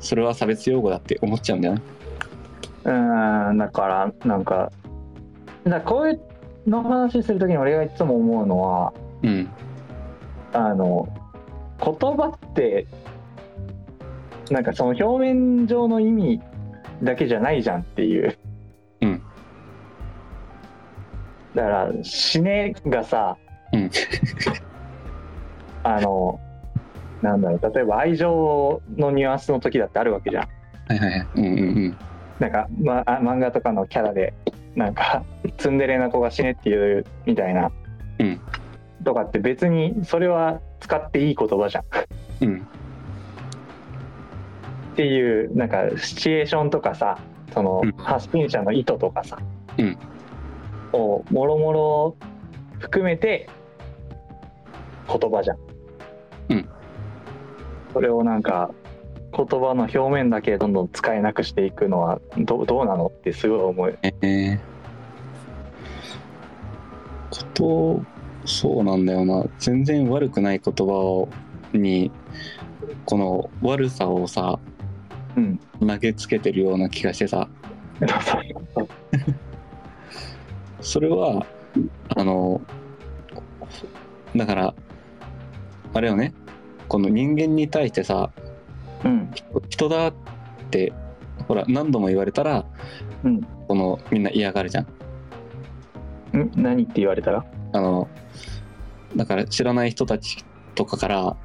B: それは差別用語だって思っちゃうんだよね
A: うーんだからなんかだからこういうの話するときに俺がいつも思うのは
B: うん
A: あの言葉ってなんかその表面上の意味だけじゃないじゃんっていう、
B: うん
A: だから「死ね」がさ、
B: うん
A: (laughs) あのなんだろう例えば愛情のニュアンスの時だってあるわけじゃん
B: はいはいはいうんうんうん
A: なんか、ま、あ漫画とかのキャラでなんか (laughs) ツンデレな子が死ねっていうみたいな、
B: うん
A: とかって別にそれは使っていい言葉じゃん
B: うん
A: っていうなんかシチュエーションとかさその
B: うん
A: 発信者の意図とかさ、
B: うん
A: をもろもろ含めて言葉じゃん。
B: うん
A: それをなんか言葉の表面だけどんどん使えなくしていくのはどどうなのってすごい思う。
B: ええことそうなんだよな全然悪くない言葉をにこの悪さをさ
A: うん、 (laughs)
B: 投げつけてるような気がしてさそれはあのだからあれよねこの人間に対してさ
A: うん
B: 人だってほら何度も言われたら、
A: うん
B: このみんな嫌がるじゃん
A: ん何って言われたら
B: あのだから知らない人たちとかから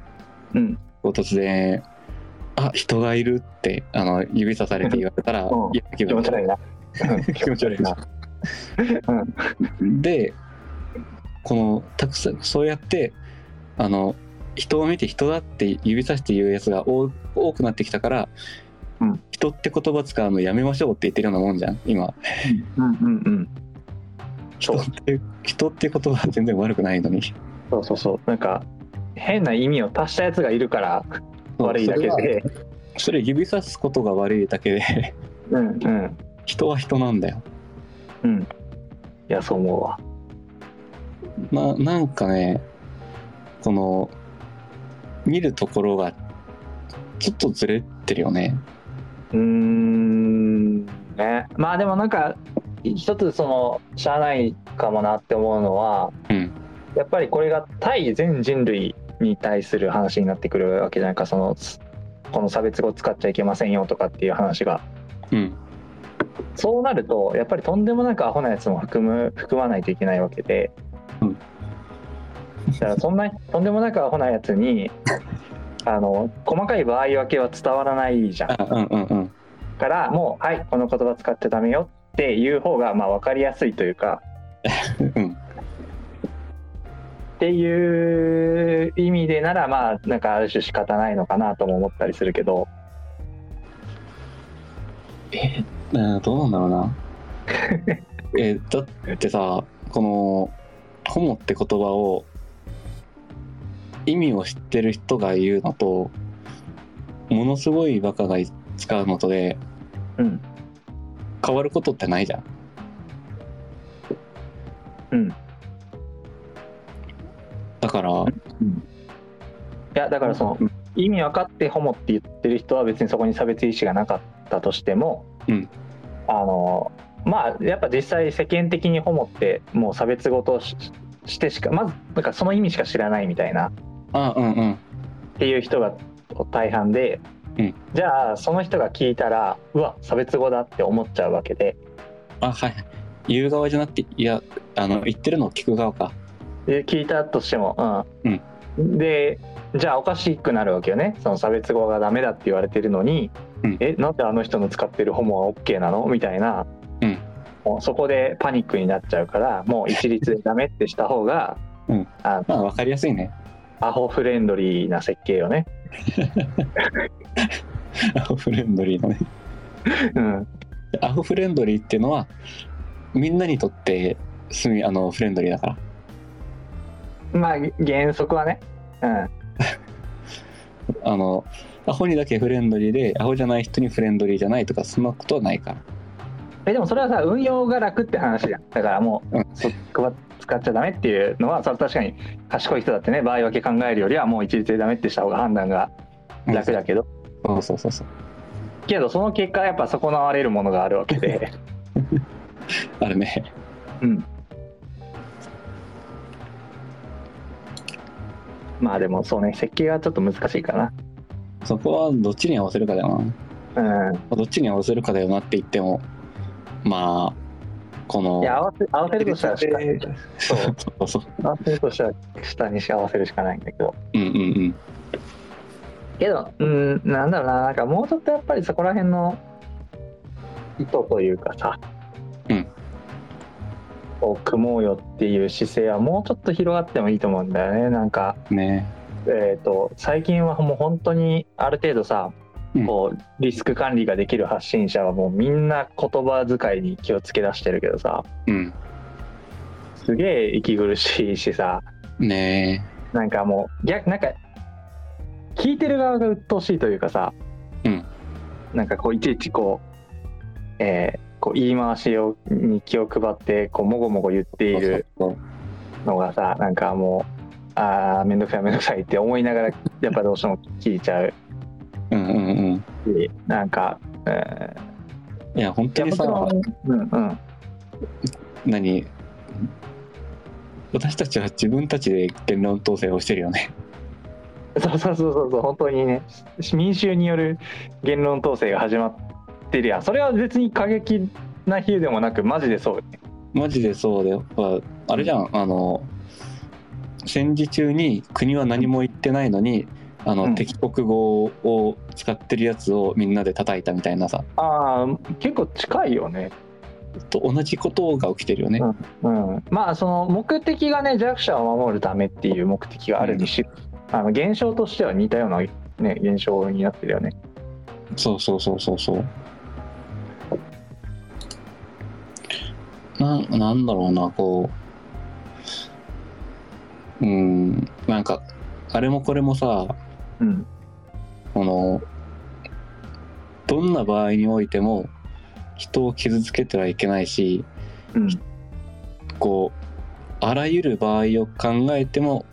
A: うん
B: こう突然「あ人がいる」ってあの指さされて言われたら
A: うん
B: 嫌な気
A: 気持
B: 分
A: ち悪いな。
B: (laughs) 気持ち悪いな。でこのたくさんそうやってあの人を見て人だって指さして言うやつが多多くなってきたから、
A: うん
B: 人って言葉使うのやめましょうって言ってるようなもんじゃん今
A: うんうんうん。そ
B: 人
A: う
B: って人って言葉は全然悪くないのに
A: そうそうそうなんか変な意味を足したやつがいるから悪いだけ
B: それは
A: で
B: それ指さすことが悪いだけで (laughs)
A: うんうん
B: 人は人なんだよ
A: うんいやそう思うわ
B: ななんかねこの見るところがちょっとずれてるよね
A: うーんね。まあでもなんか一つそのしゃあないかもなって思うのは
B: うん。
A: やっぱりこれが対全人類に対する話になってくるわけじゃないかそのつこの差別語使っちゃいけませんよとかっていう話が。
B: うん。
A: そうなるとやっぱりとんでもなくアホなやつも含む含まないといけないわけで、
B: うん
A: だからそんなとんでもなくアホなやつ
B: (laughs)
A: にあの細かい場合分けは伝わらないじゃん
B: あうんうんうん。
A: からもうはいこの言葉使っちゃダメよっていう方がまあ分かりやすいというか
B: (laughs) うん。
A: っていう意味でならまあなんかある種仕方ないのかなとも思ったりするけど
B: えーどうなんだろ
A: (laughs)
B: うな。えーだってさ、この、ホモって言葉を、意味を知ってる人が言うのと、ものすごいバカが使うのとで、
A: うん
B: 変わることってないじゃん。
A: うん
B: だから、
A: いやだからその
B: うん
A: 意味分かってホモって言ってる人は別にそこに差別意識がなかったとしても、
B: うん
A: あのまあやっぱ実際世間的にホモってもう差別語とししてしかまずなんかその意味しか知らないみたいな
B: あ、うんうん。
A: っていう人が大半で、
B: うん
A: じゃあその人が聞いたらうわ差別語だって思っちゃうわけで
B: あ、はいはい。言う側じゃなくて、いや、あの、言ってるのを聞く側か。
A: で聞いたとしても、うんでじゃあおかしくなるわけよねその差別語がダメだって言われてるのに、
B: うん
A: えなんであの人の使ってるホモは OK なのみたいな、
B: うん、
A: もうそこでパニックになっちゃうからもう一律でダメってした方が
B: うん
A: あ
B: まあ、わかりやすいね。 (laughs)
A: アホフレンドリーな設計よね。
B: アホフレンドリーのね。
A: うん、
B: アホフレンドリーっていうのは、みんなにとって、すみ、あの、フレンドリーだから。
A: まあ原則はね、うん、
B: あの、アホにだけフレンドリーで、アホじゃない人にフレンドリーじゃないとか、そんなことはないから。
A: えでもそれはさ運用が楽って話じゃんだからもう、
B: うん
A: そこは使っちゃダメっていうのはそれは確かに賢い人だってね場合分け考えるよりはもう一律でダメってした方が判断が楽だけど、
B: そうそうそうそう。
A: けどその結果やっぱ損なわれるものがあるわけで
B: あるね。
A: (laughs) うんまあでもそうね設計はちょっと難しいか
B: そこはどっちに合わせるかだよな。
A: なうん
B: どっちに合わせるかだよなって言っても、まあ、この
A: い、や合わせ合わせるとしたら下に
B: そう
A: そう
B: そうそう。
A: 合わせるとしたら下にし合わせるしかないんだけど
B: うんうんうん。
A: けど、うん、なんだろうな、なんかもうちょっとやっぱりそこら辺の意図というかさ、
B: うん
A: を組もうよっていう姿勢はもうちょっと広がってもいいと思うんだよね。なんか、
B: ね
A: えっ、と、最近はもう本当にある程度さ、
B: うん
A: こうリスク管理ができる発信者はもうみんな言葉遣いに気をつけ出してるけどさ
B: うん。
A: すげえ息苦しいしさ
B: ね
A: なんかもう逆なんか聞いてる側が鬱陶しいというかさ、
B: うん
A: なんかこういちいちこう,、えーこう言い回しをに気を配ってこうもごもご言っている
B: そう
A: のがさなんかもうあーめんどくさいめんどくさいって思いながらやっぱどうしても聞いちゃう
B: うんうんうん。
A: しなんか、えー
B: いや、本当
A: い
B: に
A: やもち
B: さ、
A: ろんうんうん
B: 何私たちは自分たちで言論統制をしてるよね。 (laughs)
A: そうそうそうそうそう本当にねし民衆による言論統制が始まってるやんそれは別に過激な比喩でもなくマジでそうよね
B: マジでそうで、やっぱあれじゃん、あの、戦時中に国は何も言ってないのに、あの、
A: うん
B: 敵国語を使ってるやつをみんなで叩いたみたいなさ、
A: ああ結構近いよね
B: と同じことが起きてるよね。
A: うんまあその目的がね弱者を守るためっていう目的があるにし、あの現象としては似たようなね現象になってるよね
B: そうそうそうそうそう。なんなんだろうな、こう。うん、なんか、あれもこれもさ、
A: うん
B: この、どんな場合においても、人を傷つけてはいけないし、
A: うん
B: こう、あらゆる場合を考えても、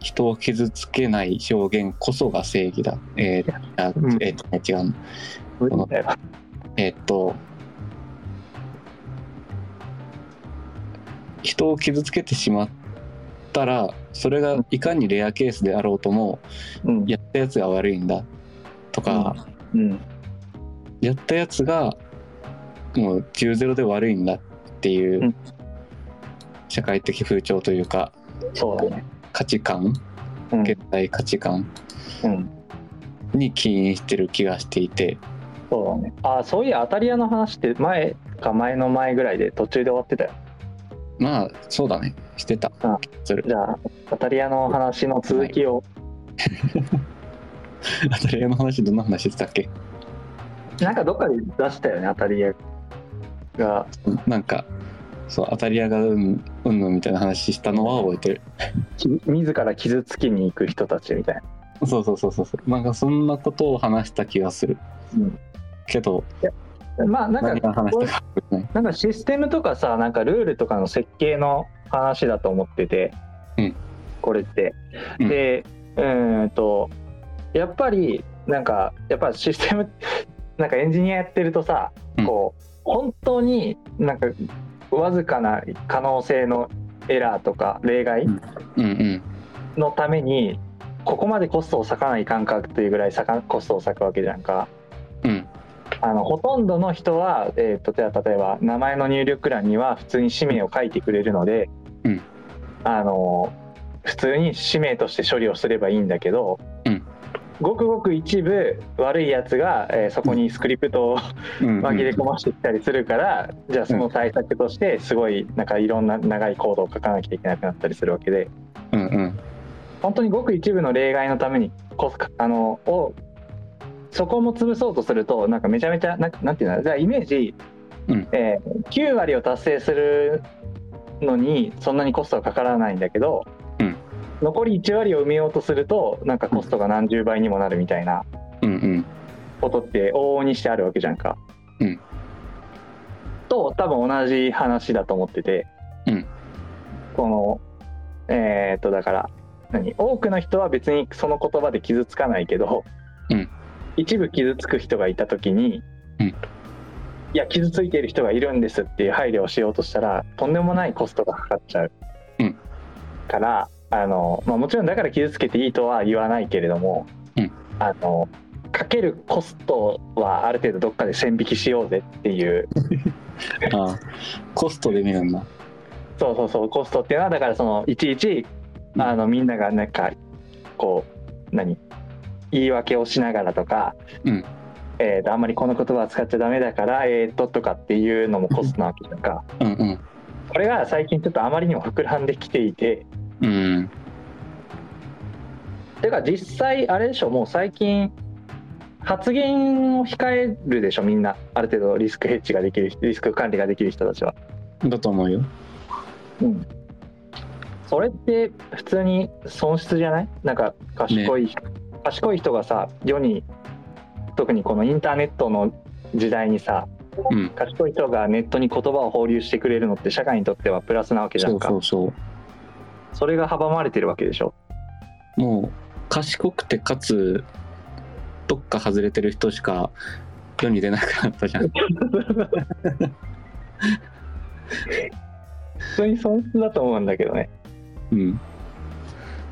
B: 人を傷つけない表現こそが正義だ。えーあ
A: うん
B: えー違うな
A: 無理だよ
B: えっと、人を傷つけてしまったらそれがいかにレアケースであろうとも
A: うん
B: やったやつが悪いんだとか、
A: うん
B: やったやつがもう10ゼロで悪いんだっていううん社会的風潮というか
A: そうだね
B: 価値観
A: うん
B: 現代価値観
A: うん
B: に起因してる気がしていて
A: そうだねあそういやアタリアの話って前か前の前ぐらいで途中で終わってたよ
B: まあそうだねしてた
A: あ
B: それ (laughs)
A: じゃあアタリアの話の続きを、
B: アタリアの話どんな話してたっけ
A: なんかどっかで出したよねアタリアが
B: なんかそうアタリアがうんうんぬんみたいな話したのは覚えてる
A: き自ら傷つきに行く人たちみたいな
B: そうそうそうそうそうなんかそんなことを話した気がする、
A: うん
B: けど
A: まあなん
B: 何
A: か
B: が話したか覚えてない
A: なんかシステムとかさなんかルールとかの設計の話だと思ってて、
B: うん
A: これって。
B: うん
A: でうーんとやっぱりなんかやっぱシステム (laughs) なんかエンジニアやってるとさ、
B: うん
A: こう本当になんかわずかな可能性のエラーとか例外
B: うんうん
A: のために、ここまでコストを割かない感覚というぐらい割かコストを割くわけじゃんか。
B: うん
A: あのほとんどの人は、えー、とじゃあ例えば名前の入力欄には普通に氏名を書いてくれるので、
B: うん
A: あの普通に氏名として処理をすればいいんだけど、
B: うん
A: ごくごく一部悪いやつが、えーそこにスクリプトを
B: うんうん
A: 紛れ込ましてきたりするから、じゃあその対策としてすごいなんかいろんな長いコードを書かなきゃいけなくなったりするわけで
B: うんうん
A: 本当にごく一部の例外のためにコスあのをそこも潰そうとするとなんかめちゃめちゃなんかなんていうのじゃあイメージ、
B: うん
A: えー9割を達成するのにそんなにコストがかからないんだけど、
B: うん
A: 残り1割を埋めようとするとなんかコストが何十倍にもなるみたいな
B: うんうん
A: ことって往々にしてあるわけじゃんか。
B: うん
A: と多分同じ話だと思ってて、
B: うん
A: このえーっとだから何多くの人は別にその言葉で傷つかないけど、
B: うん
A: 一部傷つく人がいた時に、
B: うん
A: いや傷ついている人がいるんですっていう配慮をしようとしたらとんでもないコストがかかっちゃう、
B: うん
A: からあの、まあ、もちろんだから傷つけていいとは言わないけれども、
B: うん
A: あのかけるコストはある程度どっかで線引きしようぜっていう
B: ああコストで見るんだ
A: そうそうそうコストっていうのはだからそのいちいちあのみんながなんかこう何言い訳をしながらとか、
B: うん
A: えーとあんまりこの言葉は使っちゃダメだからえーっととかっていうのもコストなわけとか
B: うんうん
A: これが最近ちょっとあまりにも膨らんできていて
B: うん
A: てか実際あれでしょもう最近発言を控えるでしょみんなある程度リスクヘッジができるリスク管理ができる人たちは。
B: だと思うよ
A: うん、それって普通に損失じゃないなんか賢い、賢い人がさ世に特にこのインターネットの時代にさ
B: うん
A: 賢い人がネットに言葉を放流してくれるのって社会にとってはプラスなわけじゃ
B: そ
A: ん
B: う
A: か
B: そうそう
A: それが阻まれてるわけでしょ
B: もう賢くてかつどっか外れてる人しか世に出なくなったじゃん
A: 普通に損失だと思うんだけどね
B: うん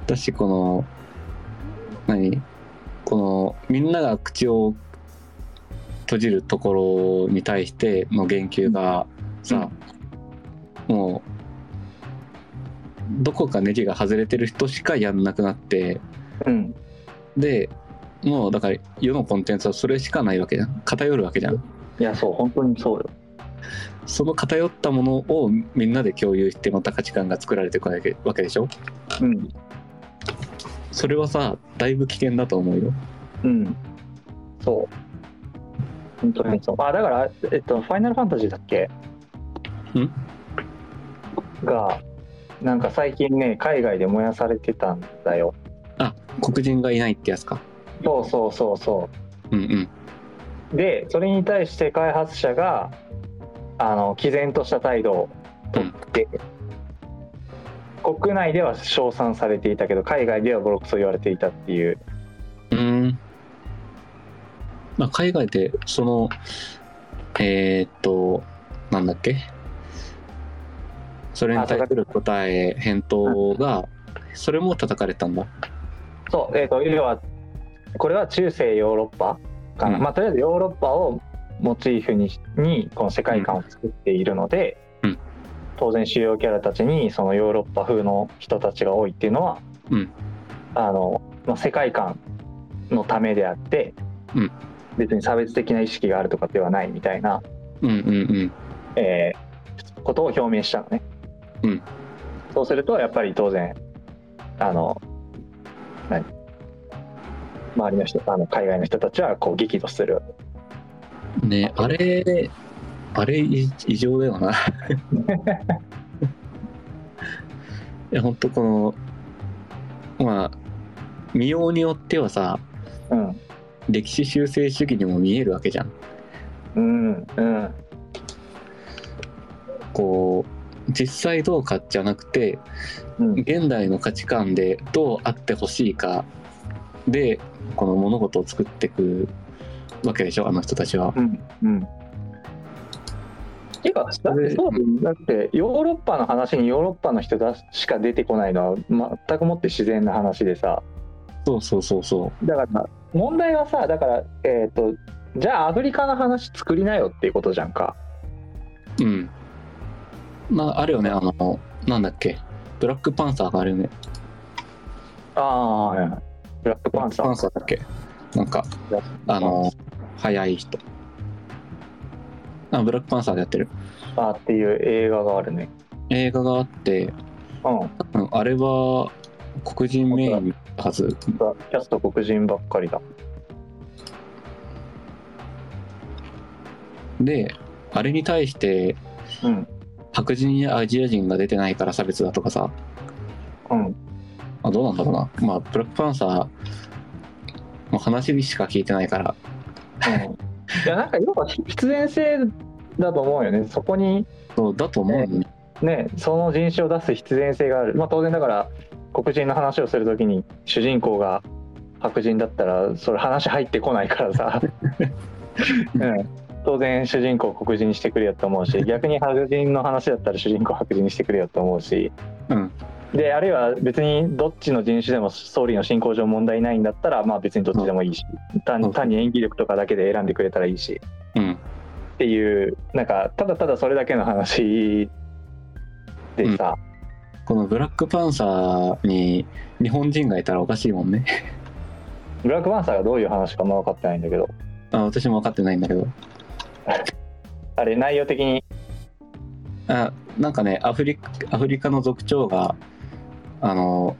B: だしこの何このみんなが口を閉じるところに対しての言及がさ、もうどこかネジが外れてる人しかやんなくなって
A: うん
B: でもうだから世のコンテンツはそれしかないわけじゃん偏るわけじゃん
A: いやそう本当にそうよ
B: その偏ったものをみんなで共有してまた価値観が作られていくわけわけでしょ
A: うん
B: それはさだいぶ危険だと思うよ
A: うんそう本当にそうあだからえっと「ファイナルファンタジー」だっけ
B: ん
A: がなんか最近ね海外で燃やされてたんだよ
B: あ黒人がいないってやつか
A: そうそうそうそ
B: うんうん
A: うでそれに対して開発者があの毅然とした態度をとって、国内では称賛されていたけど海外ではボロクソ言われていたっていう
B: うーん、まあ、海外でそのえーっとなんだっけそれに対する答え返答がそれも叩かれたんだ
A: そう、えー、と要はこれは中世ヨーロッパかな、
B: うん
A: まあ、とりあえずヨーロッパをモチーフにしにこの世界観を作っているので、
B: うん
A: 当然主要キャラたちにそのヨーロッパ風の人たちが多いっていうのは、
B: うん
A: あのまあ、世界観のためであって、
B: うん
A: 別に差別的な意識があるとかではないみたいな、
B: うんうん
A: えーことを表明したのね、
B: うん
A: そうするとやっぱり当然あの何周りの人あの海外の人たちはこう激怒する
B: うんねあれあれい異常だよ (laughs) ないや本当このまあ見ようによってはさ
A: うん
B: 歴史修正主義にも見えるわけじゃん
A: うんうん
B: こう実際どうかじゃなくて
A: うん
B: 現代の価値観でどうあってほしいかでこの物事を作っていくわけでしょあの人たちは。
A: うんうんていうかだってそうだよだってヨーロッパの話にヨーロッパの人だしか出てこないのは全くもって自然な話でさ
B: そうそうそうそ
A: だから問題はさだからえっ、とじゃあアフリカの話作りなよっていうことじゃんか
B: う。うん。まああるよねあのなんだっけブラックパンサーがあるよね。
A: ああ、はいはいブラックパンサー。
B: パンサーだっけなんか
A: ブラックパンサー
B: あの早い人。あブラックパンサーでやってる。
A: あーっていう映画があるね。
B: 映画があって
A: うん。
B: 多分あれは黒人メインだったはず
A: キャスト黒人ばっかりだ。
B: であれに対して
A: うん。
B: 白人やアジア人が出てないから差別だとかさ (laughs)
A: うん。
B: あどうなんだろうなまあブラックパンサーの話しか聞いてないから
A: いや、なんか要は必然性だと思うよね。そこに、
B: そうだと思うの
A: ね、その人種を出す必然性がある。まあ当然だから、黒人の話をするときに主人公が白人だったら、それ話入ってこないから
B: (laughs)
A: さ。うん。当然主人公を黒人にしてくれよと思うし逆に白人の話だったら主人公を白人にしてくれよと思うし
B: うん
A: であるいは別にどっちの人種でも総理の進行上問題ないんだったらまあ別にどっちでもいいし
B: う
A: 単
B: ん
A: 単に演技力とかだけで選んでくれたらいいし
B: うん
A: っていうなんかただただそれだけの話でさ、
B: このブラックパンサーに日本人がいたらおかしいもんね (laughs)
A: ブラックパンサーがどういう話かあんま分かってないんだけど
B: あ私も分かってないんだけど
A: あれ内容的に
B: あなんかねアフリアフリカの族長があの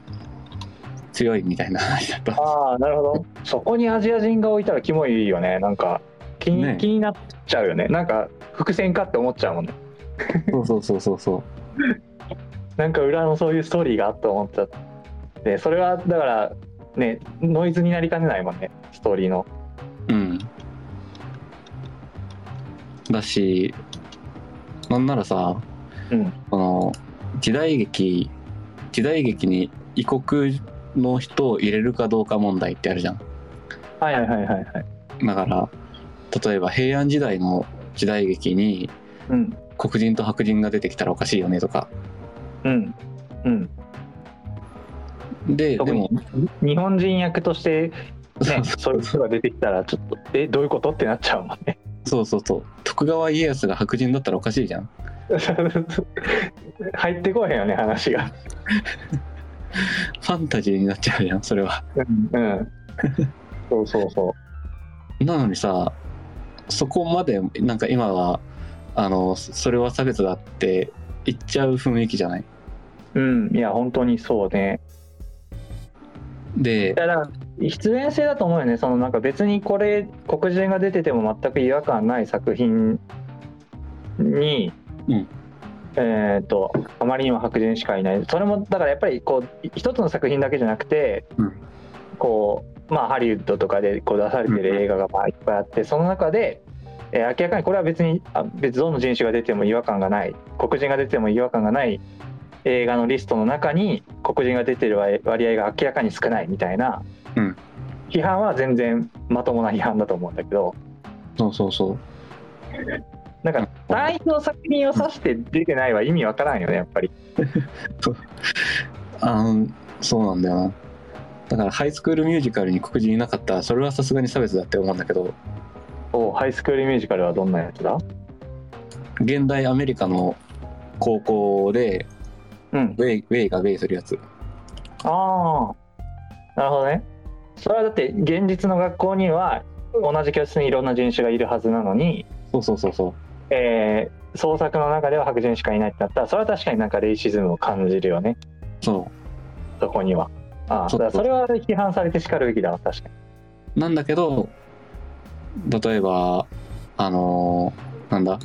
B: 強いみたいな話だった
A: ああなるほどそこにアジア人が置いたらキモいよねなんか気に,、
B: ね
A: 気になっちゃうよねなんか伏線かって思っちゃうもんね
B: (laughs) そうそうそうそうそう
A: なんか裏のそういうストーリーがあったと思っちゃってそれはだからねノイズになりかねないもんねストーリーの
B: うん。だし、なんならさ、
A: うん
B: この時代劇、時代劇に異国の人を入れるかどうか問題ってあるじゃん。
A: はいはいはいはいはい
B: だから、例えば平安時代の時代劇に
A: うん
B: 黒人と白人が出てきたらおかしいよねとか。
A: うんうん
B: で、で
A: 特に
B: も、、
A: 日本人役として、ねそういう人が出てきたらちょっとえどういうことってなっちゃうもんね (laughs)
B: そうそうそう。徳川家康が白人だったらおかしいじゃん。
A: 入ってこへんよね話が
B: ファンタジーになっちゃうじゃん、それは。
A: うんそうそうそ
B: なのにさそこまでなんか今はあのそそれは差別だって言っちゃう雰囲気じゃないう
A: うんいや本当にそうねい
B: で
A: やだから必然性だと思うよねそのなんか別にこれ黒人が出てても全く違和感ない作品に、
B: うん
A: えっ、とあまりにも白人しかいないそれもだからやっぱりこうい一つの作品だけじゃなくて、
B: うん
A: こうまあハリウッドとかでこう出されてる映画がまあいっぱいあってその中で、えー明らかにこれは別にあ別どの人種が出ても違和感がない黒人が出ても違和感がない映画のリストの中に黒人が出てる割割合が明らかに少ないみたいな、
B: うん
A: 批判は全然まともな批判だと思うんだけど
B: そうそうそう
A: なんか単一の作品を指して出てないは意味わからんよねやっぱり
B: あのそうなんだよなだからハイスクールミュージカルに黒人いなかったらそれはさすがに差別だって思うんだけど
A: おハイスクールミュージカルはどんなやつだ
B: 現代アメリカの高校で
A: うん
B: ウェイウェイがウェイするやつ
A: ああなるほどねそれはだって現実の学校には同じ教室にいろんな人種がいるはずなのに、
B: そうそうそうそう
A: えー創作の中では白人しかいないってなったらそれは確かになんかレイシズムを感じるよね
B: そ
A: そこにはああ
B: そ
A: そう
B: そう
A: それは批判されてしかるべきだわ確かに
B: うなんだけど例えばあのーなんだ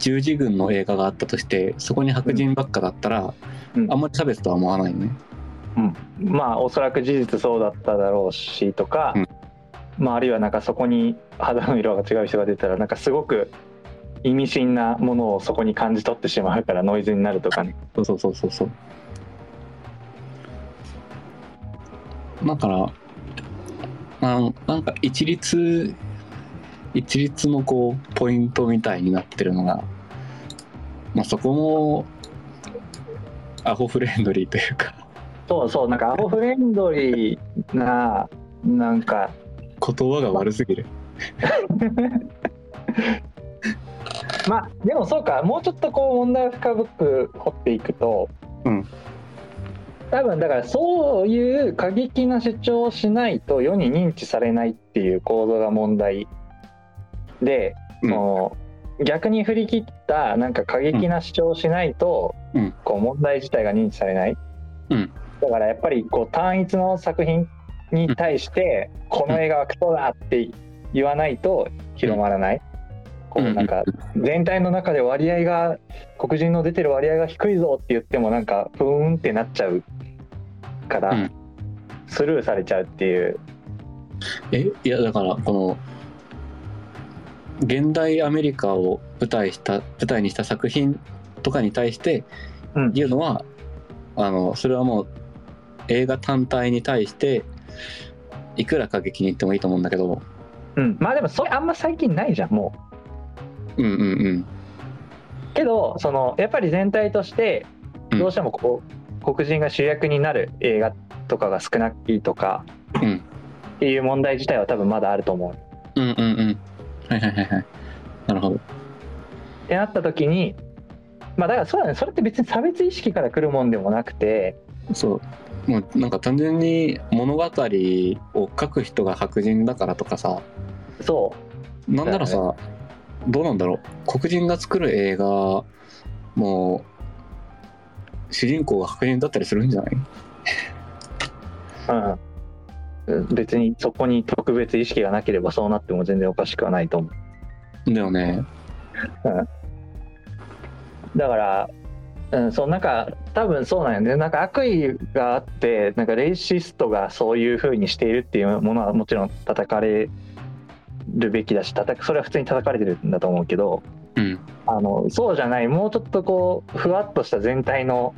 B: 十字軍の映画があったとしてそこに白人ばっかだったら、
A: うん
B: あんまり差別とは思わないよね
A: まあおそらく事実そうだっただろうしとか、
B: うん
A: まあ、あるいはなんかそこに肌の色が違う人が出たらなんかすごく意味深なものをそこに感じ取ってしまうからノイズになるとかね。
B: そうそうそうそうそうだからなんなんか一律一律のこうポイントみたいになってるのが、まあ、そこもアホフレンドリーというか
A: そうそうなんかアホフレンドリーななんか
B: 言葉が悪すぎる
A: まあでもそうかもうちょっとこう問題を深く掘っていくと、
B: うん
A: 多分だからそういう過激な主張をしないと世に認知されないっていう構造が問題で、
B: うん
A: その逆に振り切ったなんか過激な主張をしないと、
B: うん
A: こう問題自体が認知されない、
B: うん
A: だからやっぱりこう単一の作品に対して、この映画はクソだって言わないと広まらない、こうなんか全体の中で割合が黒人の出てる割合が低いぞって言ってもなんかふーんってなっちゃうか
B: う
A: ら
B: ん
A: スルーされちゃうっていう、
B: えいやだからこの現代アメリカを舞台した舞台にした作品とかに対して
A: うん
B: いうのは、あのそれはもう映画単体に対していくら過激に言ってもいいと思うんだけど
A: うん、まあでもそれあんま最近ないじゃんも
B: うんうんうん
A: うけどそのやっぱり全体として
B: うん
A: どうしてもこう黒人が主役になる映画とかが少ないとか
B: うん
A: っていう問題自体は多分まだあると思う
B: うんうんうんはいはいはいはいなるほど
A: ってなった時にまあだからそうだねそれって別に差別意識から来るもんでもなくて
B: そうもうなんか単純に物語を書く人が白人だからとかさ
A: そう
B: なんならさどうなんだろう黒人が作る映画もう主人公が白人だったりするんじゃない
A: うん、別にそこに特別意識がなければそうなっても全然おかしくはないと思
B: だよね
A: うだから、うん、そうなんか多分そうなんよねなんか悪意があってなんかレイシストがそういうふうにしているっていうものはもちろん叩かれるべきだし叩くそれは普通に叩かれてるんだと思うけど
B: うん
A: あのそうじゃないもうちょっとこうふわっとした全体の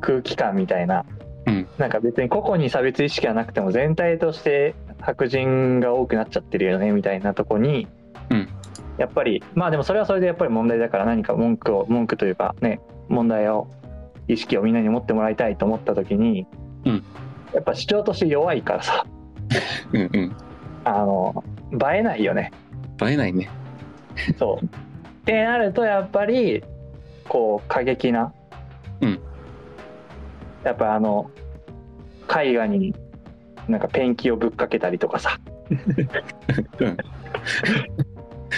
A: 空気感みたいな、
B: うん
A: なんか別に個々に差別意識がなくても全体として白人が多くなっちゃってるよねみたいなとこに、
B: うん
A: やっぱりまあでもそれはそれでやっぱり問題だから何か文句を文句というかね問題を意識をみんなに持ってもらいたいと思った時に、
B: うん
A: やっぱ主張として弱いからさ
B: うんうん
A: あの映えないよね。
B: 映えないね
A: そう。ってなるとやっぱりこう過激な、
B: うん
A: やっぱあの絵画になんかペンキをぶっかけたりとかさ (laughs)
B: うん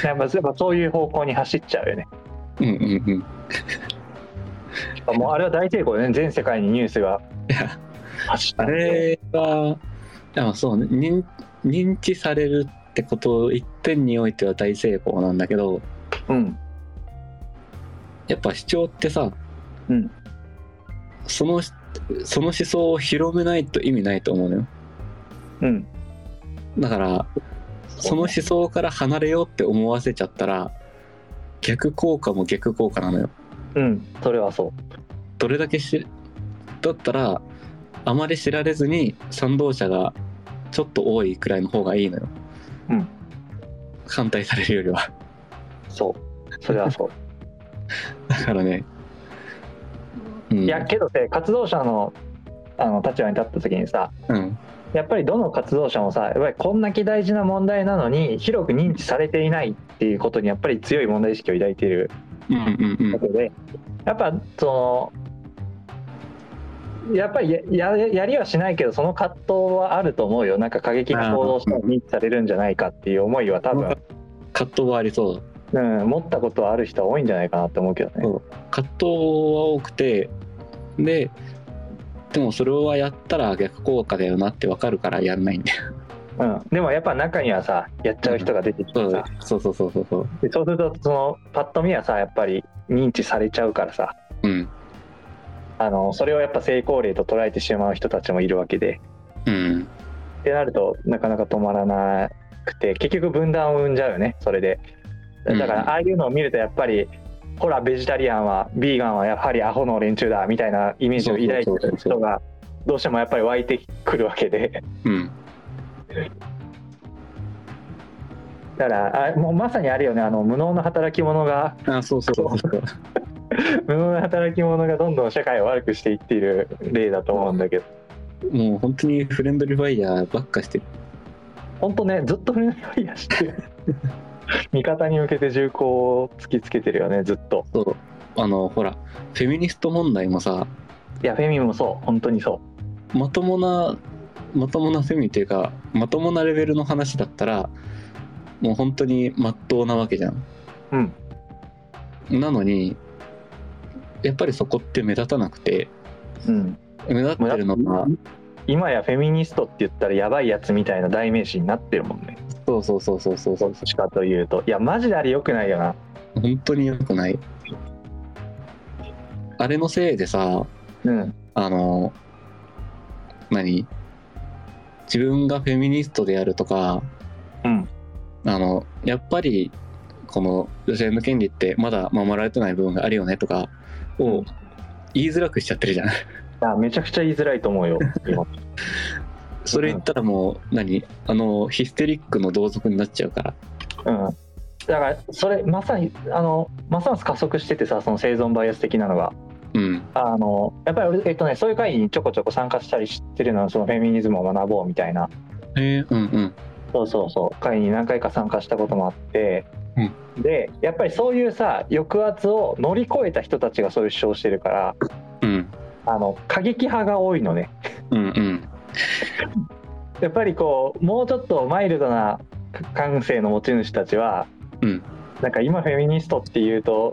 A: やっぱやっぱそういう方向に走っちゃうよね。
B: うんうんうん
A: もうあれは大成功よね全世界にニュースが走った
B: あ
A: んで
B: れはでもそうね認認知されるってことを一点においては大成功なんだけど
A: うん
B: やっぱ主張ってさ、
A: うん
B: そのその思想を広めないと意味ないと思うのよ
A: うん
B: だからその思想から離れようって思わせちゃったら逆効果も逆効果なのよ
A: うんそれはそ
B: どれだけしだったらあまり知られずに賛同者がちょっと多いくらいの方がいいのよ、
A: うん
B: 反対されるよりは
A: うそうそれはそう。
B: だからね。うん、
A: いやけどね活動者のあの立場に立った時にさ
B: うん、
A: やっぱりどの活動者もさやっぱりこんなき大事な問題なのに広く認知されていないっていうことにやっぱり強い問題意識を抱いている
B: うん、うん、
A: わけでやっぱそのやっぱりやややりはしないけどその葛藤はあると思うよなんか過激な行動をしたら認知されるんじゃないかっていう思いは多
B: うん
A: 分、。
B: 葛藤はありそう。
A: うん、持ったことはある人は多いんじゃないかなって思うけどね。
B: 葛藤は多くて、で、でもそれはやったら逆効果だよなってわかるからやんないんだよ。
A: うん、でもやっぱ中にはさやっちゃう人が出てきてさ、
B: そうそうそうそうそう。
A: でそうするとそのパッと見はさやっぱり認知されちゃうからさ
B: うん。
A: あのそれをやっぱ成功例と捉えてしまう人たちもいるわけで
B: うん。
A: ってなるとなかなか止まらなくて結局分断を生んじゃうよねそれでだか
B: うん
A: らああいうのを見るとやっぱり、ほらベジタリアンはビーガンはやはりアホの連中だみたいなイメージを抱いて
B: そうそうそ
A: る
B: うそう
A: 人がどうしてもやっぱり湧いてくるわけで。
B: うん。
A: だからあもうまさにあるよねあの無能の働き者が
B: あ、そうそうそうそう。
A: 無能の働き者がどんどん社会を悪くしていっている例だと思うんだけど
B: (laughs) もう本当にフレンドリーファイヤーばっかしてる。
A: 本当ねずっとフレンドリーして (laughs) 味方に向けて銃口を突きつけてるよねずっと
B: そう。あの、ほら、フェミニスト問題もさ、
A: いやフェミもそう本当にそ
B: まともな、まともなフェミっていうか、まともなレベルの話だったら、もう本当に真っ当なわけじゃん。
A: うん。
B: なのに、やっぱりそこって目立たなくて、
A: う、うん、
B: 目立ってるのが、
A: 今やフェミニストって言ったらやばいやつみたいな代名詞になってるもんね
B: そうそうそうそうそうそ
A: どっ
B: う。
A: ちかというといやマジであれ良くないよな
B: 本当に良くない。あれのせいでさ、
A: うん
B: あの、何自分がフェミニストであるとか、
A: うん
B: あの、やっぱり、この女性の権利ってまだ守られてない部分があるよねとかを言いづらくしちゃってるじゃん。
A: あめちゃくちゃ言いづらいと思う (laughs) よ今
B: それ言ったらもう、何あの、ヒステリックの同族になっちゃうから。
A: うんだからそれまさにあのますます加速しててさその生存バイアス的なのが
B: うん。
A: あのやっぱり俺、えっとね、そういう会にちょこちょこ参加したりしてるのはそのフェミニズムを学ぼうみたいな
B: へえ、うんうん。
A: そうそうそう会に何回か参加したこともあって、でやっぱりそういうさ抑圧を乗り越えた人たちがそういう主張をしてるから
B: うん。
A: あの過激派が多いのね
B: うんうん。
A: やっぱりこうもうちょっとマイルドな感性の持ち主たちは、
B: うん
A: なんか今フェミニストっていうと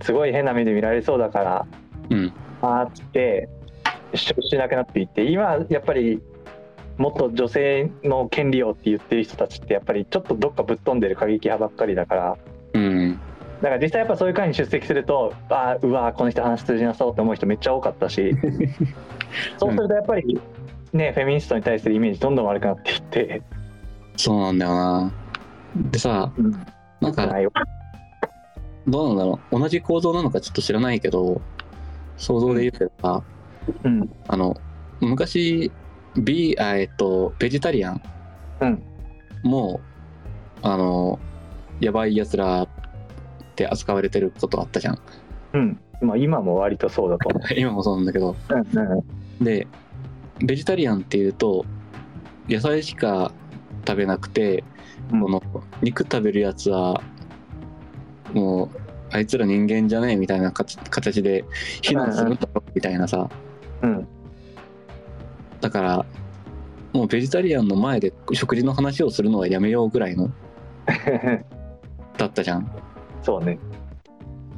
A: すごい変な目で見られそうだから
B: うん。
A: あーっつって主張しなくなっていって今やっぱりもっと女性の権利をって言ってる人たちってやっぱりちょっとどっかぶっ飛んでる過激派ばっかりだから
B: うん。
A: だから実際やっぱそういう会に出席するとあーうわーこの人話通じなそうって思う人めっちゃ多かったしそうするとやっぱりねフェミニストに対するイメージどんどん悪くなっていって、
B: そうなんだよな。でさ、なんか、
A: ないよ
B: どうなんだろう同じ構造なのかちょっと知らないけど想像で言うけどさ、
A: うん
B: あの昔ビーあえっとベジタリアン
A: うん
B: もあのやばいやつらって扱われてることあったじゃん (laughs)
A: うんまあ今も割とそうだと思
B: 今もそうなんだけど
A: う、うんうん
B: でベジタリアンっていうと野菜しか食べなくて、
A: うん
B: この肉食べるやつはもうあいつら人間じゃねえみたいなかつ形で非難するんだろうみたいなさ
A: うん
B: だからもうベジタリアンの前で食事の話をするのはやめようぐらいのだったじゃん。
A: (laughs) そうね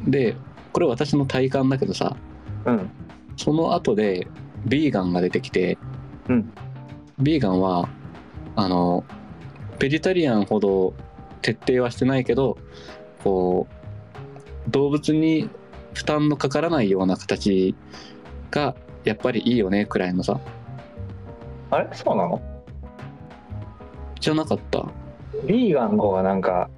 B: でこれ私の体感だけどさ
A: うん
B: その後でビーガンが出てきて、
A: うん
B: ビーガンはあのベジタリアンほど徹底はしてないけどこう動物に負担のかからないような形がやっぱりいいよねくらいのさ
A: あれそうなの
B: じゃなかった
A: ビーガンの方がなんか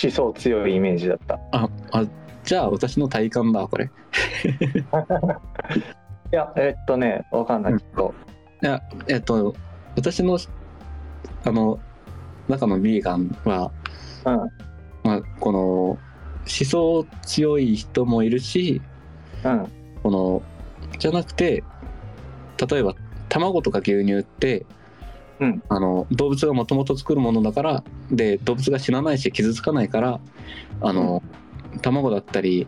A: 思想強いイメージだったい
B: ああじゃあ私の体感だこれ
A: やえっとねわかんない
B: うん
A: けど、
B: いやえっと私のあの中のビーガンは、
A: うん
B: まあ、この想強い人もいるし
A: うん
B: このじゃなくて例えば卵とか牛乳って、
A: うん
B: あの動物がもともと作るものだからで動物が死なないし傷つかないからあの、卵だったり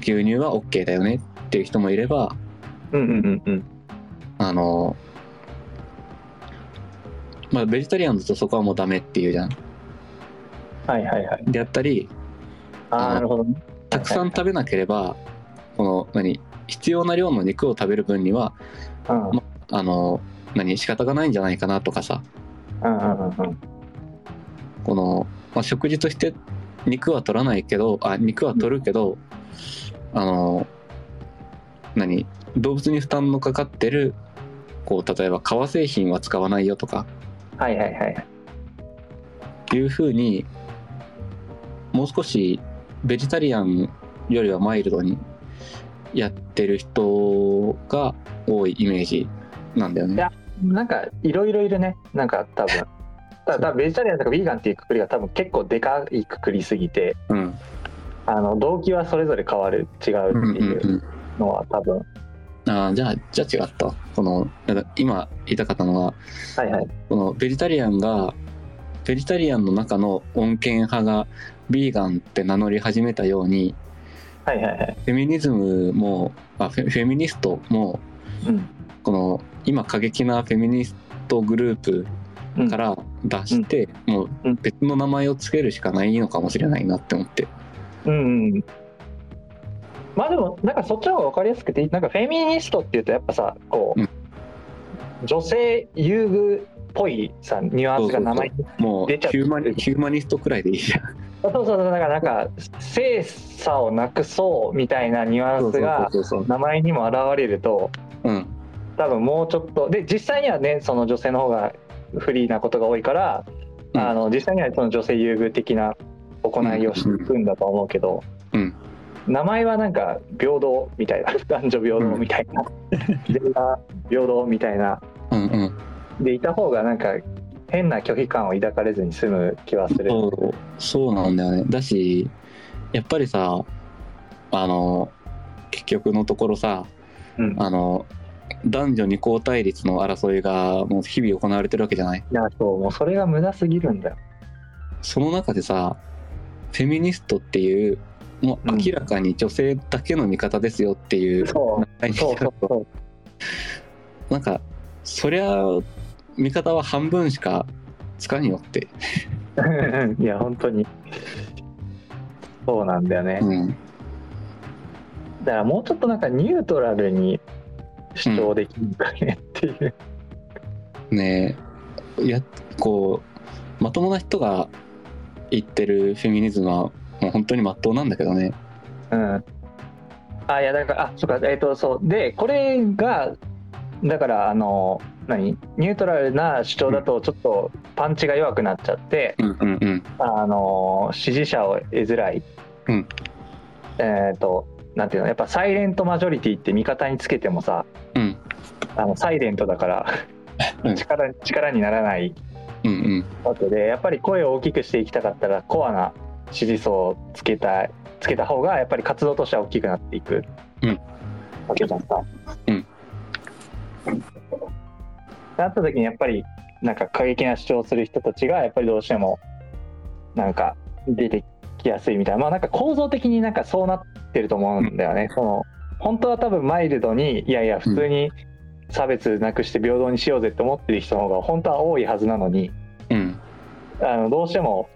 B: 牛乳は OK だよねっていう人もいれば
A: うんうんうんうん
B: あの、まあ、ベジタリアンだとそこはもうダメっていうじゃん。
A: はいはいはい
B: であったり
A: ああなるほどね
B: たくさん食べなければこの何必要な量の肉を食べる分には
A: うんうん
B: あの何仕方がないんじゃないかなとかさ
A: うんうんうん
B: この、まあ、食事として肉は取らないけどあ肉は取るけど、あの何動物に負担のかかってるこう例えば革製品は使わないよとか
A: はいはいはい
B: いうふうにもう少しベジタリアンよりはマイルドにやってる人が多いイメージなんだよ
A: いや
B: ね。
A: なんかいろいろいるねなんか多分ただベジタリアンとかヴィーガンっていうくくりが多分結構でかいくくりすぎて
B: うん、
A: あの動機はそれぞれ変わる違
B: うん
A: うって
B: うん
A: いううんのは多分、
B: あーじゃあじゃあ違ったこのだから今言いたかったのは
A: はいはい
B: このベジタリアンがベジタリアンの中の穏健派がビーガンって名乗り始めたように
A: はいはいはい
B: フェミニズムもあフェフェミニストも
A: うん
B: この今過激なフェミニストグループ
A: うん
B: から出して、もう
A: うん
B: 別の名前をつけるしかないのかもしれないなって思って
A: うんうんまあでもなんかそっちの方が分かりやすくていいなんかフェミニストっていうとやっぱさこう、
B: うん
A: 女性優遇っぽいさニュアンスが名前に
B: もう
A: 出ちゃう
B: ヒューマニヒューマニストくらいでいいじゃん
A: そうそうそうだからなんか性差をなくそうみたいなニュアンスが
B: そうそうそう
A: 名前にも表れると
B: そううん
A: 多分もうちょっとで実際にはねその女性の方がフリーなことが多いから、
B: うん
A: あの実際にはその女性優遇的な行いをしていくんだと思うけど、
B: うん
A: 名前はなんか平等みたいな (laughs) 男女平等みたいな、ジェンダー平等みたいな
B: うんうん
A: でいた方がなんか変な拒否感を抱かれずに済む気はする。
B: そうそうなんだよねだしやっぱりさあの結局のところさ
A: うん
B: あの男女二項対立の争いがもう日々行われてるわけじゃない
A: いやそうもうそれが無駄すぎるんだよ。
B: その中でさフェミニストっていうもう明らかに女性だけの味方ですよっていう、
A: そ
B: 名前
A: う
B: にしちゃ
A: そううそうそう (laughs)
B: なんかそりゃ味方は半分しかつかんよって、
A: いや本当にそうなんだよね、
B: うん、
A: だからもうちょっとなんかニュートラルに主張できるかねっていう、
B: ねえいやこうまともな人が言ってるフェミニズムはもう本当にまっとうなんだけどね
A: うんあいやだからあそうかえっ、とそうでこれがだからあの何ニュートラルな主張だとちょっとパンチが弱くなっちゃって、
B: うんうんうん
A: あの支持者を得づらい、
B: うん
A: えっ、となんていうのやっぱサイレントマジョリティって味方につけてもさ
B: うん
A: あのサイレントだから
B: うん
A: 力力にならない
B: うんうん
A: わけでやっぱり声を大きくしていきたかったらコアな支持層をつけたいつけた方がやっぱり活動としては大きくなっていく
B: うん
A: わけじゃんか。
B: うん
A: なった時にやっぱりなんか過激な主張をする人たちがやっぱりどうしてもなんか出てきやすいみたいなまあなんか構造的になんかそうなってると思うんだよね。その本当は多分マイルドにいやいや普通に差別なくして平等にしようぜって思ってる人の方が本当は多いはずなのに、
B: うん
A: あのどうしても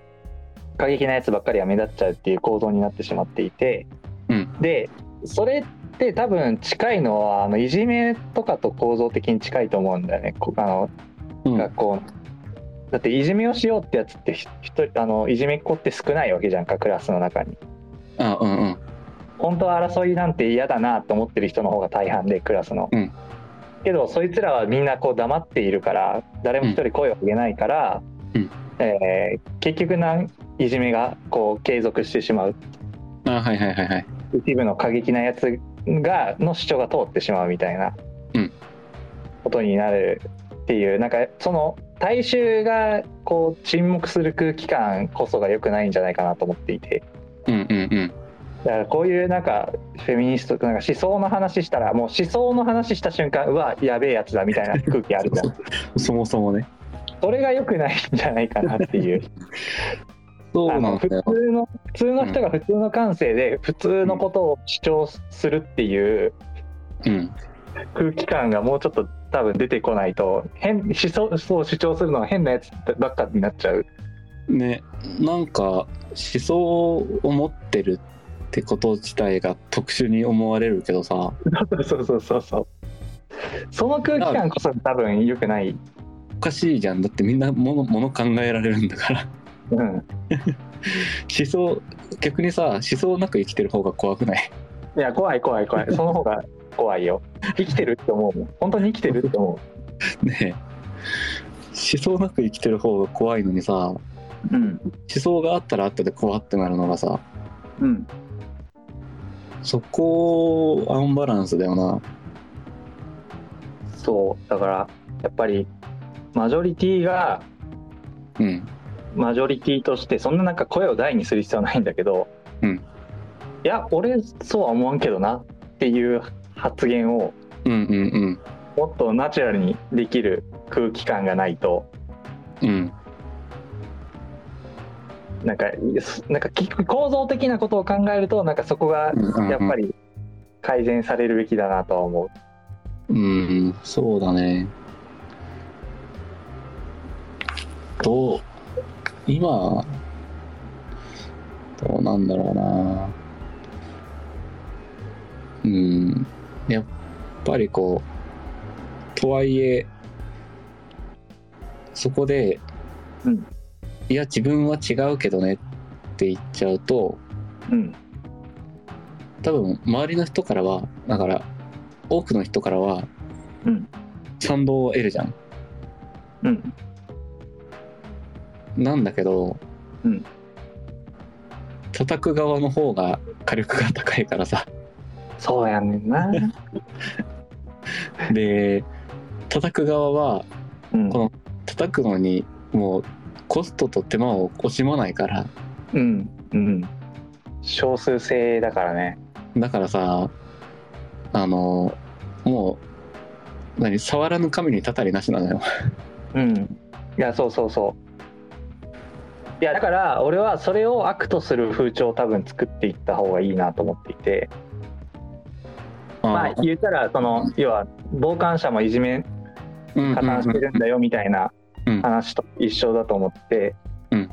A: 過激なやつばっかりが目立っちゃうっていう行動になってしまっていて、
B: うん
A: でそれって多分近いのはあのいじめとかと構造的に近いと思うんだよねこあの
B: うん
A: 学校の、だっていじめをしようってやつってひひとあのいじめっ子って少ないわけじゃんかクラスの中に
B: あうんうん
A: 本当は争いなんて嫌だなと思ってる人の方が大半でクラスの、
B: うん
A: けどそいつらはみんなこう黙っているから誰も一人声を上げないから、
B: うん
A: えー結局ないじめがこう継続してしまう
B: あはいはいはいはい
A: 一部の過激なやつがの主張が通ってしまうみたいな
B: うん
A: ことになるっていう、なんかその大衆がこう沈黙する空気感こそが良くないんじゃないかなと思っていて。
B: うんうんうん。
A: だからこういうなんかフェミニストなんか思想の話したらもう思想の話した瞬間うわやべえやつだみたいな空気あるじゃん
B: そもそもね。
A: それが良くないんじゃないかなっていう
B: そう
A: あ
B: な
A: の
B: ん
A: 普
B: だよ。
A: 通の普通の人が普通の感性で普通のことを主張するっていう
B: うん。
A: 空気感がもうちょっと多分出てこないと変思想そう主張するのは変なやつばっかになっちゃう
B: ね、なんか思想を持ってるってこと自体が特殊に思われるけどさ、
A: そうそうそうそうその空気感こそ多分良くない、
B: おかしいじゃん。だってみんなものもの考えられるんだから。 (laughs)
A: うん、
B: 思想、逆にさ、思想なく生きてる方が怖くない。 (laughs)
A: いや怖い怖い (laughs) 怖いその方が怖いよ生きてるって思うもん本当に生きてるって思
B: ねえ。思想なく生きてる方が怖いのにさ、思
A: ううん
B: 想があったらあったで怖ってなるのがさ、
A: うん
B: そこアンバランスだよな。
A: そうだからやっぱりマジョリティが
B: うん。
A: マジョリティとしてそんななんか声を大にする必要はないんだけど、
B: うん
A: いや俺そうは思わんけどなっていう発言を
B: うんうん
A: もっとナチュラルにできる空気感がないと
B: うん。うん。
A: なんかすなんかき構造的なことを考えるとなんかそこがやっぱ
B: り。
A: り改善されるべきだなとは思う。
B: うん、そうだね。どう、今、どうなんだろうな。うん、やっぱりこう、とはいえ、そこで、
A: うん
B: いや、自分は違うけどねって言っちゃうと、
A: うん
B: 多分周りの人からはだから多くの人からは
A: うん
B: 賛同を得るじゃん。
A: うん
B: なんだけど、
A: うん
B: 叩く側の方が火力が高いからさ (laughs)
A: そうやねんな。
B: で叩く側は
A: うん
B: この叩くのにもうコストと手間を惜しまないから
A: うんうん少数制だからね。
B: だからさあのもう何触らぬ神にたたりなしなのよ。
A: うん、いやそうそうそういやだから俺はそれを悪とする風潮を多分作っていった方がいいなと思っていてまあ言ったらその要は傍観者もいじめ
B: (laughs) うん
A: 加担してるんだよみたいな
B: うん
A: 話と一緒だと思って
B: うん、
A: うん、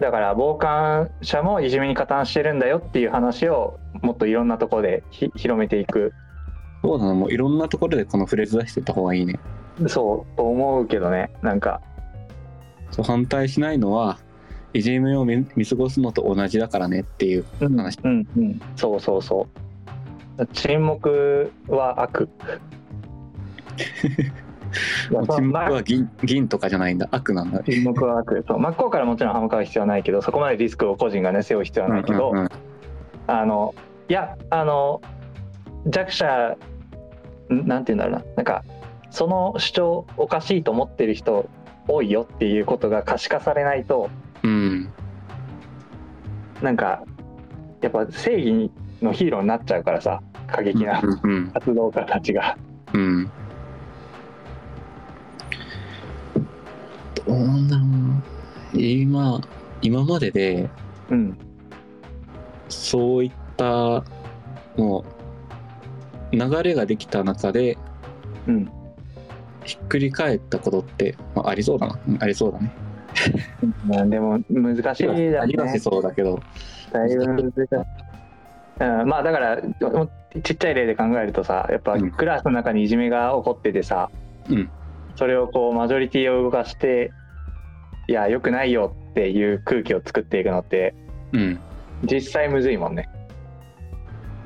A: だから傍観者もいじめに加担してるんだよっていう話をもっといろんなところでひ広めていく
B: そうだな、もういろんなところでこのフレーズ出してった方がいいね。
A: そうと思うけどねなんか
B: そう反対しないのは、いじめを見見過ごすのと同じだからねっていう。
A: うん
B: 話
A: うんうん、そうそうそう沈黙は悪いや
B: もう
A: その
B: 沈
A: ま
B: 黙は銀銀とかじゃないんだ、悪なんだ。
A: 沈黙は悪そう真っ向からもちろん歯向かう必要はないけどそこまでリスクを個人がね背負う必要はないけど、
B: うんうんうん
A: あのいやあの弱者んなんて言うんだろうななんかその主張おかしいと思ってる人多いよっていうことが可視化されないと
B: うん、
A: なんかやっぱ正義のヒーローになっちゃうからさ過激な
B: うんうん
A: 活動家たちが。
B: うん。どうなんだろうな。今、今までで、
A: うん
B: そういった、もう、流れができた中で、
A: うん、
B: ひっくり返ったことって、まあ、ありそうだな、うんありそうだね。
A: まあでも難しいだね。
B: ありはしそうだけど、
A: だいぶ難しい。うん、まあだからちっちゃい例で考えるとさやっぱ
B: うん
A: クラスの中にいじめが起こっててさ、
B: うん
A: それをこうマジョリティを動かしていやよくないよっていう空気を作っていくのって
B: うん、
A: 実際むずいもんね。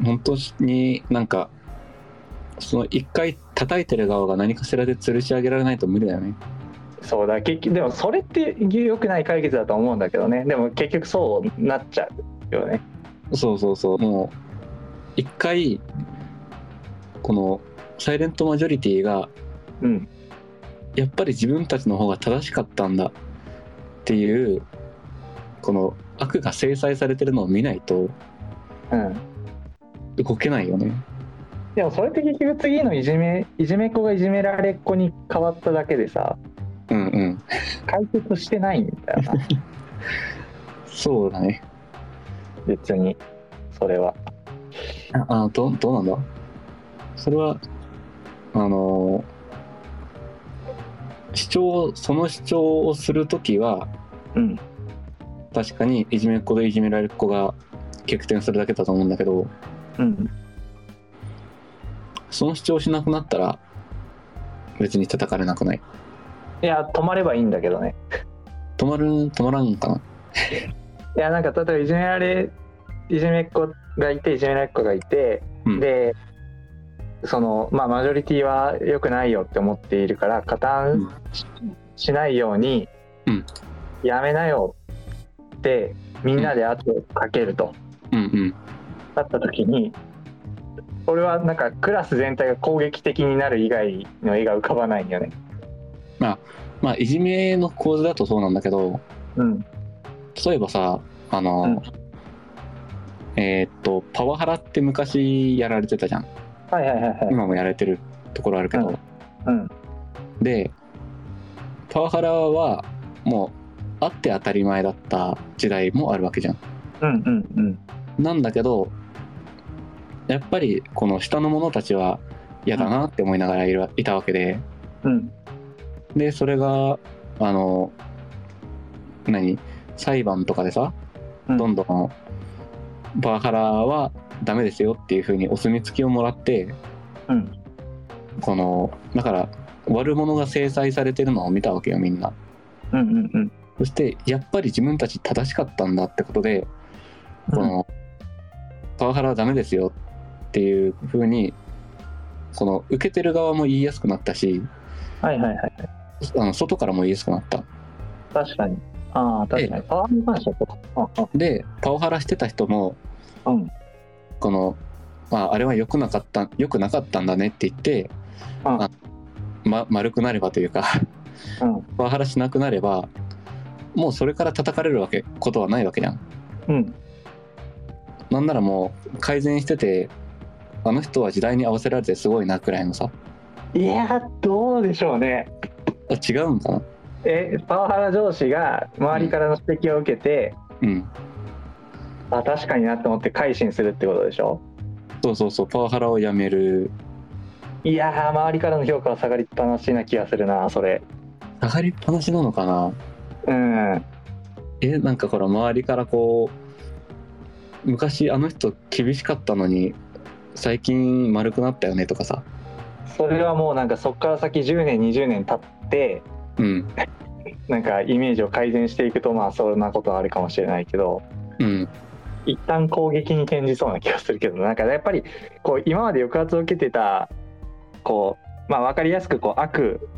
B: 本当になんかその一回叩いてる側が何かしらで吊るし上げられないと無理だよね。
A: そうだ結局でもそれって良くない解決だと思うんだけどねでも結局そうなっちゃうよね。
B: そうそうそうもう一回このサイレントマジョリティが
A: うん
B: やっぱり自分たちの方が正しかったんだっていうこの悪が制裁されてるのを見ないと
A: うん、
B: 動けないよね。
A: でもそれって結局次のいじめいじめっ子がいじめられっ子に変わっただけでさ
B: うんうん。
A: 解決してないんだよな
B: そうだね。
A: 別にそれは
B: ああどどうなんだそれはあの主張その主張をするときは
A: うん
B: 確かにいじめっ子でいじめられっ子が逆転するだけだと思うんだけど
A: うん
B: その主張をしなくなったら別に叩かれなくない
A: いや止まればいいんだけどね
B: 止まる止まらんかない
A: やなんか例えばいじめられいじめっ子がいていじめられっ子がいて、
B: うん
A: でそのまあマジョリティは良くないよって思っているから加担し,、ないように、
B: うん
A: やめなよってみんなで圧をかけると、
B: うんうん
A: なった時に俺はなんかクラス全体が攻撃的になる以外の絵が浮かばないんよね。
B: まあいじめの構図だとそうなんだけど
A: うん、
B: 例えばさあの、えーっとパワハラって昔やられてたじゃん
A: はいはいはいはい。
B: 今もやられてるところあるけど、
A: うん
B: でパワハラはもうあって当たり前だった時代もあるわけじゃん
A: うんうんうん
B: なんだけどやっぱりこの下の者たちは嫌だなって思いながらいるいたわけで
A: うん
B: でそれがあの何裁判とかでさ
A: うん
B: どんどんパワハラはダメですよっていう風にお墨付きをもらって、
A: うん
B: このだから悪者が制裁されてるのを見たわけよみんな
A: うんうんうん
B: そしてやっぱり自分たち正しかったんだってことでこの、パワハラはダメですよっていう風にこの受けてる側も言いやすくなったし
A: はいはいはい
B: あの外からも言いやすくなった
A: 確かにああ確かにパワーに関してはそうかああ
B: でパワハラしてた人も
A: うん
B: この、まあ、あれは良くなかった良くなかったんだねって言って、
A: うん
B: あま、丸くなればというか (laughs)
A: うん
B: パワハラしなくなればもうそれから叩かれるわけことはないわけじゃん
A: うん
B: なんならもう改善しててあの人は時代に合わせられてすごいなくらいのさ
A: いやどうでしょうね
B: あ違うんかな
A: えパワハラ上司が周りからの指摘を受けて、
B: うん
A: あ確かになと思って改心するってことでしょ
B: そうそうそうパワハラをやめる
A: いやー周りからの評価は下がりっぱなしな気がするなそれ
B: 上がりっぱなしなのかな
A: うん
B: えなんかほら周りからこう昔あの人厳しかったのに最近丸くなったよねとかさ
A: それはもうなんかそこから先10年20年経って
B: うん
A: なんかイメージを改善していくとまあそんなことはあるかもしれないけど
B: うん
A: 一旦攻撃に転じそうな気がするけどなんかやっぱりこう今まで抑圧を受けてたこうまあ分かりやすくこう悪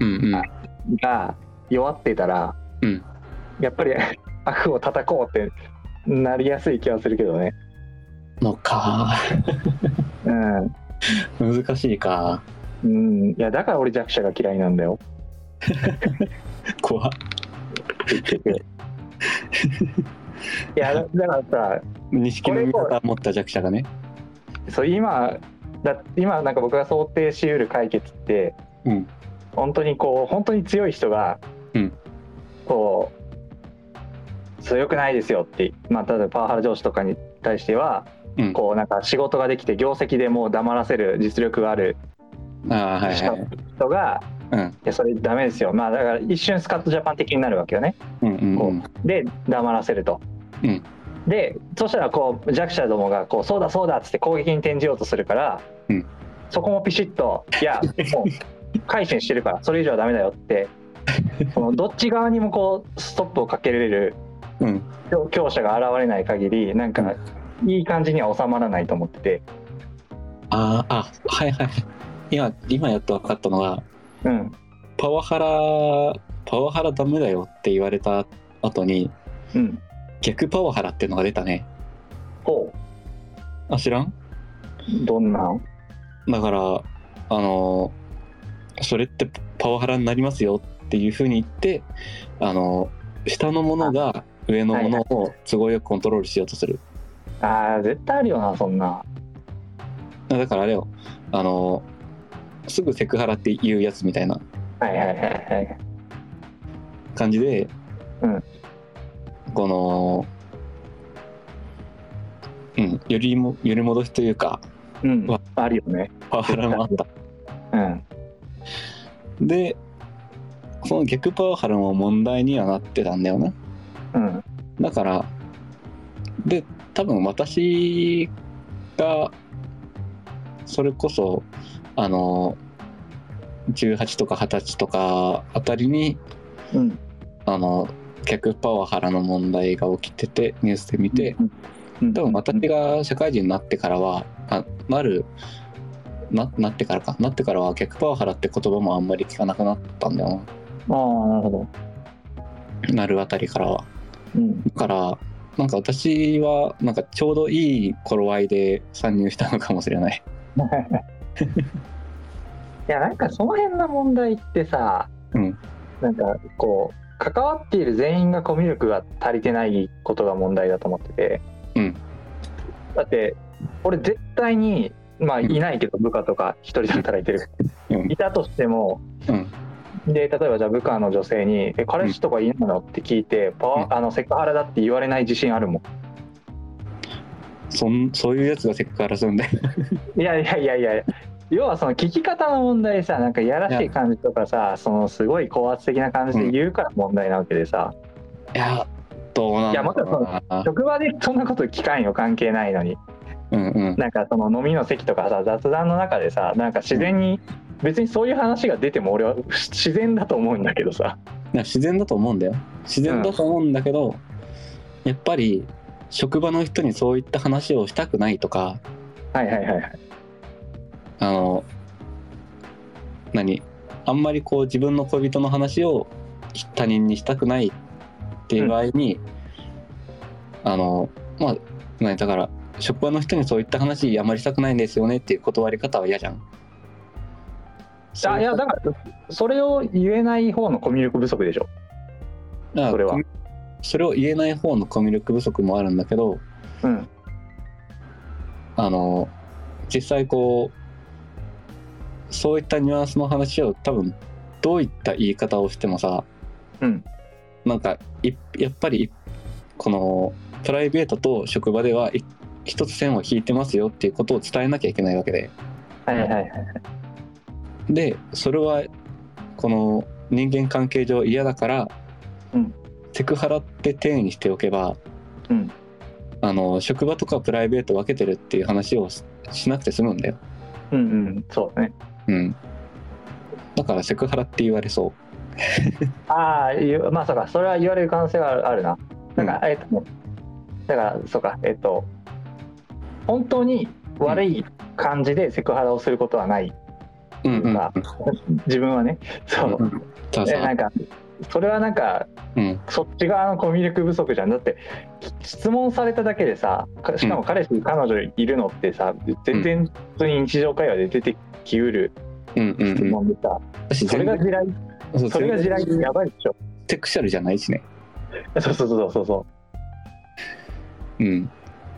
B: うんうん
A: が弱ってたら、
B: うん
A: やっぱり (laughs) 悪を叩こうってなりやすい気がするけどね。
B: のか
A: うん
B: 難しいか
A: うん、いやだから俺弱者が嫌いなんだよ。
B: 怖っ
A: いやだだからさ
B: 錦の味方持った弱者がね
A: そう今だ今なんか僕が想定しうる解決って、
B: うん
A: 本当にこう本当に強い人が、
B: うん
A: こう強くないですよって、まあ、例えばパワハラ上司とかに対しては、
B: うん
A: こうなんか仕事ができて業績でもう黙らせる実力がある
B: ああはい
A: 人
B: はい
A: 人が、
B: うん
A: いやそれダメですよまあだから一瞬スカットジャパン的になるわけよね。
B: うんうんうん
A: で黙らせると。
B: うん
A: でそしたらこう弱者どもがこう「そうだそうだ」っつって攻撃に転じようとするから、
B: うん
A: そこもピシッと「いやもう改心してるからそれ以上はダメだよ」ってこのどっち側にもこうストップをかけれる
B: うん
A: 強強者が現れない限りなんかいい感じには収まらないと思ってて。
B: あーあはいはいはい今今やっと分かったのが
A: うん
B: パワハラパワハラダメだよって言われた後に
A: うん、
B: 逆パワハラっていうのが出たね
A: ほ
B: あ知らん
A: うどんな
B: だからあのーそれってパワハラになりますよっていうふうに言ってあのー下の者が上のものを都合よくコントロールしようとする。
A: ああ、絶対あるよな、そんな。
B: だからあれよ、あの、すぐセクハラっていうやつみたいな
A: はいはいはいはい。
B: 感じで、
A: うん
B: この、うん、よりも、より戻しというか、
A: うん
B: わ。
A: あるよね。
B: パワハラも
A: (laughs)
B: あった。
A: うん。
B: で、その逆パワハラも問題にはなってたんだよな。
A: うん。
B: だから、で、多分私が、それこそ、あの、18とか20歳とかあたりに、
A: うん。
B: あの、逆パワハラの問題が起きてて、ニュースで見て、
A: うん、
B: 多分私が社会人になってからは、あなるな、なってからか、なってからは逆パワハラって言葉もあんまり聞かなくなったんだよ
A: ああ、なるほど。
B: な、なるあたりからは。
A: うん。 (laughs)
B: だからなんか私はなんかちょうどいい頃合いで参入したのかもしれない。
A: いや、なんかその辺の問題ってさ、
B: うん
A: なんかこう、関わっている全員がコミュ力が足りてないことが問題だと思ってて。
B: うん
A: だって、俺絶対に、まあ、
B: うん
A: いないけど、部下とか一人で働いてる。
B: うん
A: いたとしても、
B: うん
A: で例えばじゃあ部下の女性に「え彼氏とかいないの?」って聞いてパワ、
B: うん
A: あのセクハラだって言われない自信あるも
B: そんそういうやつがせっかくするんで。 (laughs)
A: んいやいやいやいや要はその聞き方の問題さなんかいやらしい感じとかさそのすごい高圧的な感じで言うから問題なわけでさ、
B: いやどうなんだろう
A: いや
B: な。
A: 職場でそんなこと聞かんよ関係ないのに
B: うんうん
A: なんかその飲みの席とかさ雑談の中でさなんか自然に、別にそういう話が出ても俺は自然だと思うんだけどさ
B: いや自然だと思うんだよ。自然だと思うんだけど、やっぱり職場の人にそういった話をしたくないとか
A: はいはいはいはい
B: あの何あんまりこう自分の恋人の話を他人にしたくないっていう場合に、あのまあ何だから職場の人にそういった話あまりしたくないんですよねっていう断り方は嫌じゃん。
A: あいやだ
B: か
A: からそれを言えない方のコミュ力不足でしょ
B: ら
A: それは
B: コミそれを言えない方のコミュ力不足もあるんだけど
A: うん
B: あの実際こうそういったニュアンスの話を多分どういった言い方をしてもさ、
A: うん
B: なんかいやっぱりこのプライベートと職場ではい一つ線を引いてますよっていうことを伝えなきゃいけないわけで
A: はいはいはい
B: でそれはこの人間関係上嫌だから、
A: うん
B: セクハラって定義にしておけば、
A: うん
B: あの職場とかプライベート分けてるっていう話をししなくて済むんだよ。
A: うんうんそうだね
B: うん。だからセクハラって言われそ
A: ああいうまあそうかそれは言われる可能性はあるあるな
B: う。
A: なんか、えっとだからそうかえっと本当に悪い感じでセクハラをすることはない、
B: うん、うんうん
A: まあ自分はねそう、
B: うんただ
A: えな
B: さ
A: ん、かそれはなんか
B: うん、
A: そっち側のコミュ力不足じゃんだって質問されただけでさかしかも彼氏、彼女いるのってさ全然普通に日常会話で出てきうる
B: うんう
A: 質
B: んうん。
A: 問でさ、
B: 私
A: それが地雷
B: そう
A: それが地
B: 全
A: 雷
B: 然
A: やばいでしょ
B: セクシャルじゃないしね。
A: そうそうそうそうそう
B: うん。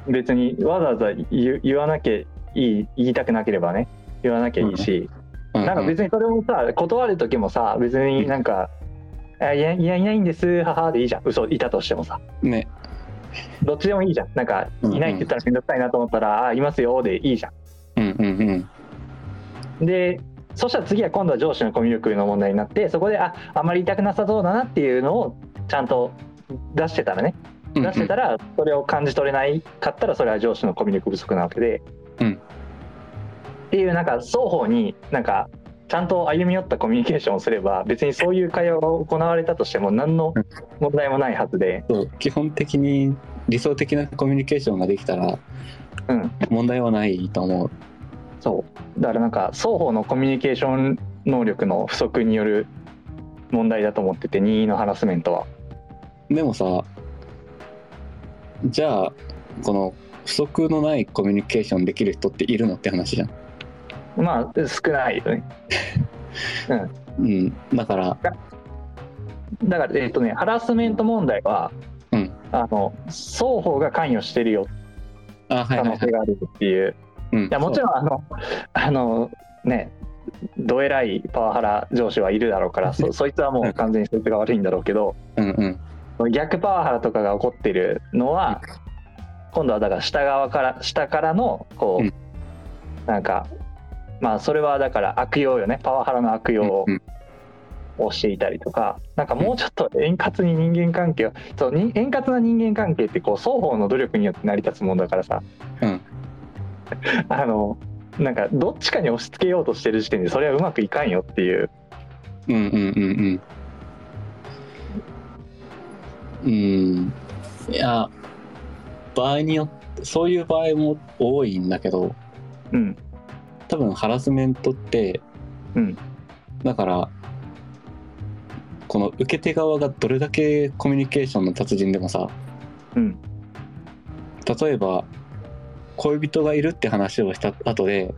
A: 別にわざわざ言言わなきゃいい言いたくなければね言わなきゃいいし、
B: う
A: なんか別にそれもさ断る時もさ別になんか「あいやいやいないんです母」でいいじゃん嘘いたとしてもさ
B: うんね。
A: どっちでもいいじゃんなんか「
B: うんうん
A: いない」って言ったら面倒くさいなと思ったら「あいますよ」でいいじゃ
B: うんうんう
A: ん。
B: ん。
A: でそしたら次は今度は上司のコミュ力の問題になってそこでああまり痛くなさそうだなっていうのをちゃんと出してたらね
B: うん
A: 出してたらそれを感じ取れないかったらそれは上司のコミュ力不足なわけで、
B: うん
A: っていうなんか双方になんかちゃんと歩み寄ったコミュニケーションをすれば別にそういう会話が行われたとしても何の
B: うん
A: 問題もないはずで、
B: そう基本的に理想的なコミュニケーションができたら
A: うん、
B: 問題はないと思う。
A: そうだからなんか双方のコミュニケーション能力の不足による問題だと思ってて任意のハラスメントは。
B: でもさじゃあこの不足のないコミュニケーションできる人っているのって話じゃん。
A: まあ少ないよね
B: うん、だから
A: だから、えっとね、ハラスメント問題は、
B: うん
A: あの双方が関与してるよ
B: あ、はい
A: 可
B: はい
A: 能
B: は
A: 性
B: い。
A: があるっていう
B: うん、い
A: いやもちろんあのあのねどえらいパワハラ上司はいるだろうから
B: (laughs)
A: そそいつはもう完全にそいつが悪いんだろうけど
B: ろん。うんうん。
A: 逆パワハラとかが起こってるのは今度はだから下側から下からのこう、
B: うん
A: なんかまあそれはだから悪用よねパワハラの悪用
B: うんうん
A: をしていたりとか、なんかもうちょっと円滑に人間関係をそうに円滑な人間関係ってこう双方の努力によって成り立つもんだからさ、
B: うん
A: あのなんかどっちかに押し付けようとしてる時点でそれはうまくいかんよっていう
B: うんうんうんうん。うん。いや、場合によって、そういう場合も多いんだけど、
A: うん
B: 多分ハラスメントって、
A: うん
B: だから、この受け手側がどれだけコミュニケーションの達人でもさ、
A: うん
B: 例えば、恋人がいるって話をした後で、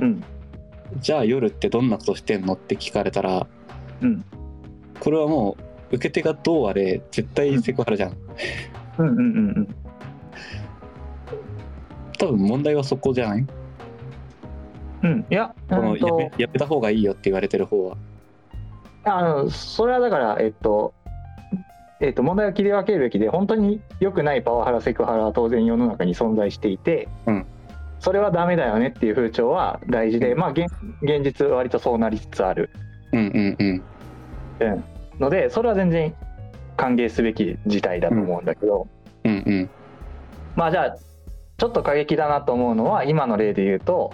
A: うん
B: じゃあ夜ってどんなことしてんのって聞かれたら、
A: うん
B: これはもう受け手がどうあれ絶対セクハラじゃん、
A: うんうんうんうん
B: 多分問題はそこじゃない、
A: うんいや
B: この
A: うん
B: や
A: と
B: めやめた方がいいよって言われてる方は
A: あのそれはだから、えっとえっと、問題を切り分けるべきで本当に良くないパワハラセクハラは当然世の中に存在していて、
B: うん
A: それはダメだよねっていう風潮は大事で、
B: うん
A: まあ現現実割とそうなりつつある
B: うんうんうん
A: のでそれは全然歓迎すべき事態だと思うんだけど、
B: うんうん
A: まあじゃあちょっと過激だなと思うのは今の例で言うと,、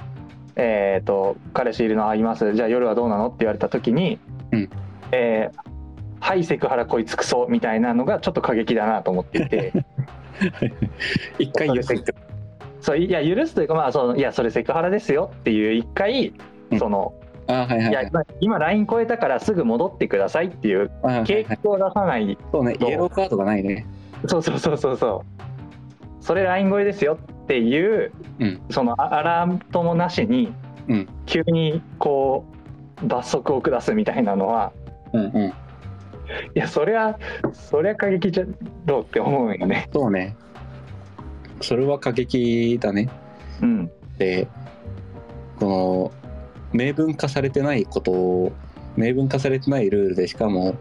A: えー、と彼氏いるのあいますじゃあ夜はどうなのって言われた時に「
B: うん
A: えーはいセクハラこいつクソ」みたいなのがちょっと過激だなと思ってい
B: (laughs)
A: て
B: 一回許せって
A: そういや許すというかまあそのいやそれセクハラですよっていう一回
B: うん
A: その、
B: あーはいはいいは
A: や
B: い
A: 今 LINE 超えたからすぐ戻ってくださいっていう
B: あーはい
A: 警
B: はい
A: 告を出さない、
B: そうね
A: そう
B: イエローカードがないね
A: そうそうそうそうそうそれ LINE 越えですよっていう、
B: うん
A: そのあアラートもなしに、
B: うん
A: 急にこう罰則を下すみたいなのは
B: うんうん
A: いやそりゃそりゃ過激じゃろうって思うよね。
B: そうねそれは過激だね
A: うん
B: でこの明文化されてないことを明文化されてないルールでしかも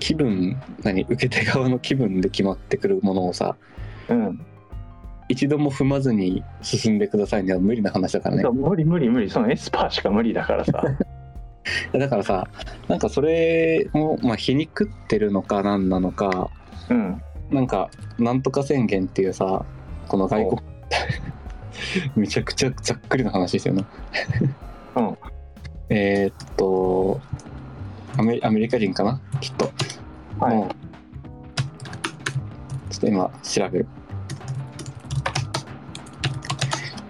B: 気分何受け手側の気分で決まってくるものをさ
A: うん、
B: 一度も踏まずに進んでくださいねは無理な話だからね
A: そう無理無理無理そのエスパーしか無理だから
B: (laughs)
A: さ
B: だからさなんかそれも、まあ、皮肉ってるのか何なのか
A: うん
B: なんかなんとか宣言っていうさこの外国 (laughs) めちゃくちゃざっくりの話ですよね
A: うん
B: えーっとアメアメリカ人かなきっと
A: はい、
B: もうちょっと今調べる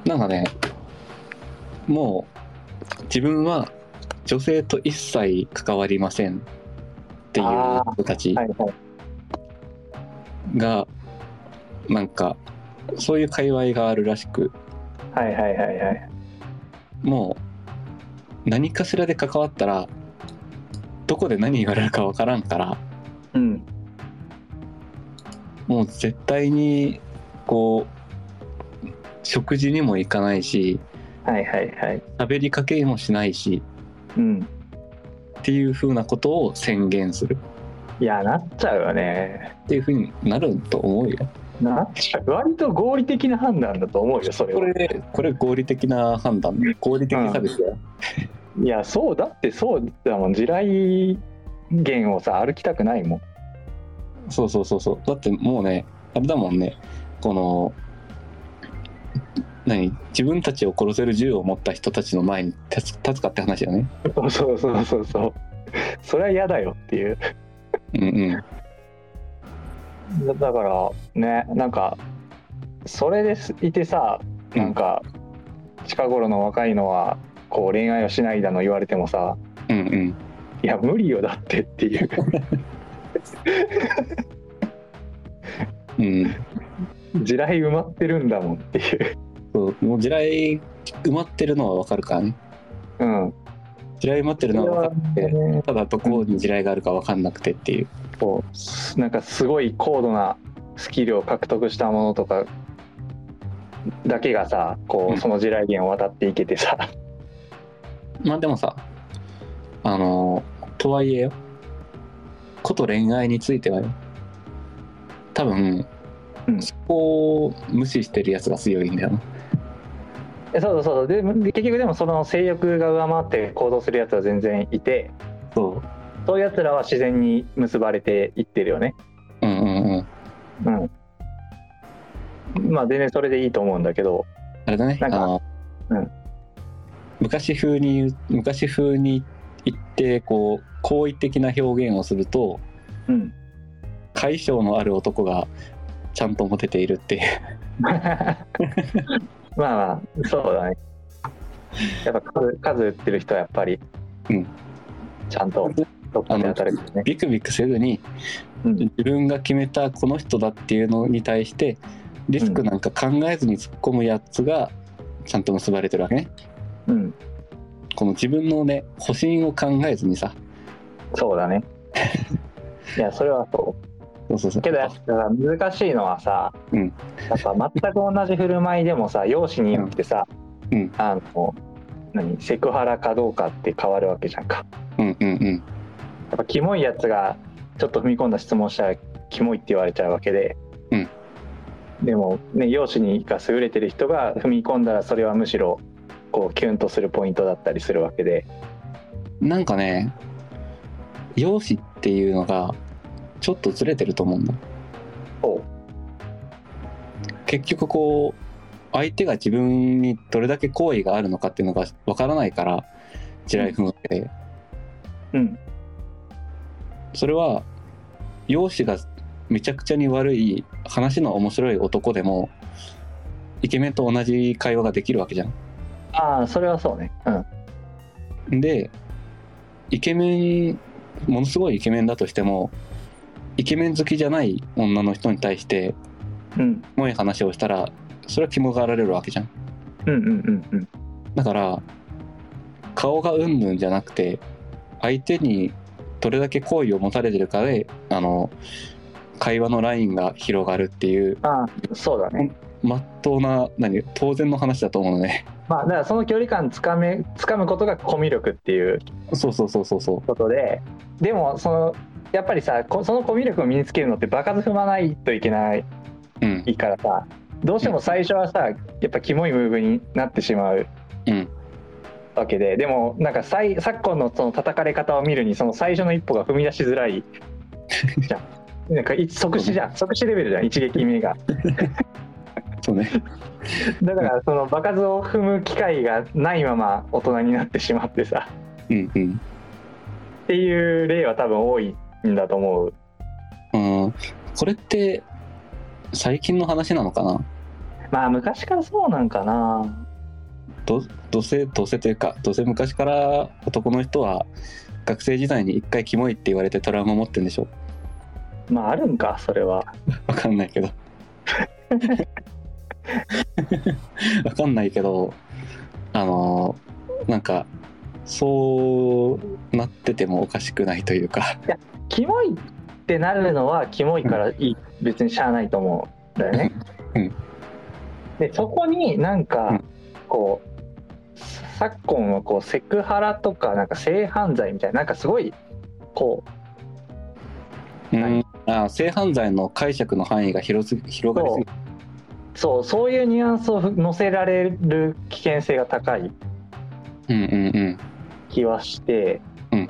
B: なんかねもう自分は女性と一切関わりませんっていう
A: あ
B: 人たち
A: はいはい
B: がなんかそういう界隈があるらしく
A: はいはいはいはい
B: もう何かしらで関わったらどこで何言われるかわからんから
A: うん
B: もう絶対にこう食事にも行かないし
A: はいはいはい
B: 喋りかけもしないし
A: うん
B: っていう風なことを宣言する
A: いやなっちゃうよね
B: っていう風になると思うよ。
A: なっちゃう割と合理的な判断だと思うよそれは
B: これこれ合理的な判断合理的差別だよ。
A: いやそうだってそうだもん地雷源をさ歩きたくないもん
B: そうそうそうそうだってもうねあれだもんねこの何自分たちを殺せる銃を持った人たちの前に立つ立つかって話だよね。
A: そうそうそうそうそうそれは嫌だよっていう
B: うんうん
A: だだからねなんかそれですいてさなんか近頃の若いのはこう恋愛をしないだの言われてもさ
B: うんうん
A: いや無理よだってっていう
B: うん
A: 地雷埋まってるんだもんっていう
B: そうもう地雷埋まってるのはわかるからね
A: うん
B: 地雷埋まってるのはわかって
A: ね
B: ただどこに地雷があるかわかんなくてっていう
A: こうすなんかすごい高度なスキルを獲得したものとかだけがさこ
B: うん
A: うその地雷原を渡っていけてさ、 (laughs)
B: まあでもさ、あの、とはいえよ、こと恋愛についてはよ、多分、
A: うん
B: そこを無視してるやつが強いんだよな。
A: えそうそうそうでで結局でもその性欲が上回って行動するやつは全然いて
B: そ
A: そういうやつらは自然に結ばれていってるよね
B: う。うんうんうん。
A: うんまあ全然それでいいと思うんだけど
B: あれだね、
A: なんか
B: あの、
A: うん
B: 昔風に言う、昔風に言って、こう、好意的な表現をすると、
A: うん
B: 解消のある男がちゃんとモテているっていう。 (laughs)
A: (laughs) まあまあそうだねやっぱ数数打ってる人はやっぱり、
B: うん
A: ちゃんとどっかで当たるからね、
B: ビクビクせずに、
A: うん
B: 自分が決めたこの人だっていうのに対してリスクなんか考えずに突っ込むやつがちゃんと結ばれてるわけね
A: うん、
B: この自分のね保身を考えずにさ
A: そうだ
B: (laughs)
A: ねいやそれはそう
B: そうそうそう
A: けどやっぱ難しいのはさ、
B: うん
A: やっぱ全く同じ振る舞いでもさ容姿によってさ、
B: うん
A: あの何セクハラかどうかって変わるわけじゃんか
B: うんうんうん
A: やっぱキモいやつがちょっと踏み込んだ質問したらキモいって言われちゃうわけで、
B: うん
A: でもね容姿にが優れてる人が踏み込んだらそれはむしろこうキュンとするポイントだったりするわけで
B: なんかね容姿っていうのがちょっとずれてると思うんだ
A: おう
B: 結局こう相手が自分にどれだけ好意があるのかっていうのがわからないから地雷踏むわけで、
A: うん
B: それは容姿がめちゃくちゃに悪い話の面白い男でもイケメンと同じ会話ができるわけじゃ
A: ああそれはそうねうん
B: ん。でイケメンものすごいイケメンだとしてもイケメン好きじゃない女の人に対して
A: うん
B: もい話をしたらそれは肝がられるわけじゃん。
A: うんうんうんうん
B: だから顔がうんぬんじゃなくて相手にどれだけ好意を持たれてるかであの会話のラインが広がるっていう
A: ああそうだね
B: まっとうな何当然の話だと思うのね (laughs)
A: まあ、だからその距離感つかめつかむことがコミュ力っていう
B: そうそうそうそうそ
A: ことででもそのやっぱりさこそのコミュ力を身につけるのって場数踏まないといけないう
B: うん
A: からさどうしても最初はさやっぱキモいムーブになってしまう
B: うん
A: わけででもなんかさい昨今のその叩かれ方を見るにその最初の一歩が踏み出しづら
B: (laughs)
A: いじゃん。なんかい即死じゃん即死レベルじゃん一撃目が
B: そうね
A: だからその場数を踏む機会がないまま大人になってしまってさ
B: うんうん
A: っていう例は多分多いんだと思う
B: うんこれって最近の話なのかな
A: まあ昔からそうなんかな
B: どどうせどうせというかどうせ昔から男の人は学生時代に一回キモいって言われてトラウマ持ってるんでしょ
A: まああるんかそれは
B: わかんない
A: (laughs)
B: けどわかんないけどあのなんかそうなっててもおかしくないというか
A: キモいってなるのはキモいからいい別にしゃあないと思うんだよね
B: うん
A: でそこになん
B: う
A: か
B: ん
A: こう昨今はこうセクハラとかなんか性犯罪みたいななんかすごいこ
B: うん
A: はい
B: あ性犯罪の解釈の範囲が広すぎ広がりすぎ
A: うそうそういうニュアンスを乗せられる危険性が高い
B: うんうんうん
A: 気はして、
B: うん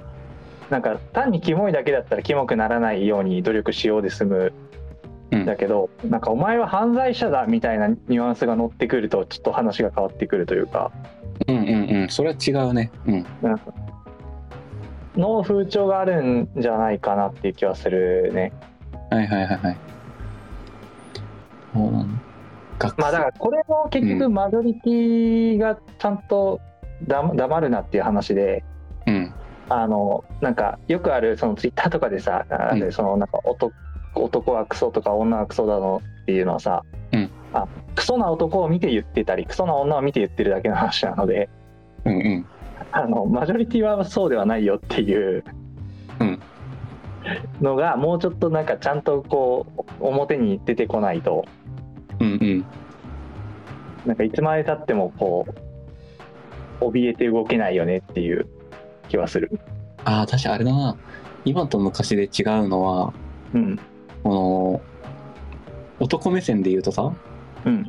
A: なんか単にキモいだけだったらキモくならないように努力しようで済む
B: うん
A: だけど、なんかお前は犯罪者だみたいなニュアンスが乗ってくるとちょっと話が変わってくるというか
B: うんうんうんそれは違うねうん
A: の風潮があるんじゃないかなっていう気はするね。
B: はいはいはいはいそうなの学
A: まあだからこれも結
B: う
A: 局マジョリティがちゃんとだ黙るなっていう話で、
B: うん
A: あのなんかよくあるそのツイッターとかでさ、あ
B: うん
A: そのなんか男男はクソとか女はクソだのっていうのはさ、
B: うん
A: あクソな男を見て言ってたりクソな女を見て言ってるだけの話なので (laughs)
B: うんうん
A: あのマジョリティはそうではないよっていう、
B: うん
A: のがもうちょっとなんかちゃんとこう表に出てこないと
B: うんうん。
A: なんかいつまでたってもこう怯えて動けないよねっていう気はする。
B: ああ、確かあれだな。今と昔で違うのは、
A: うん
B: この、男目線で言うとさ、
A: うん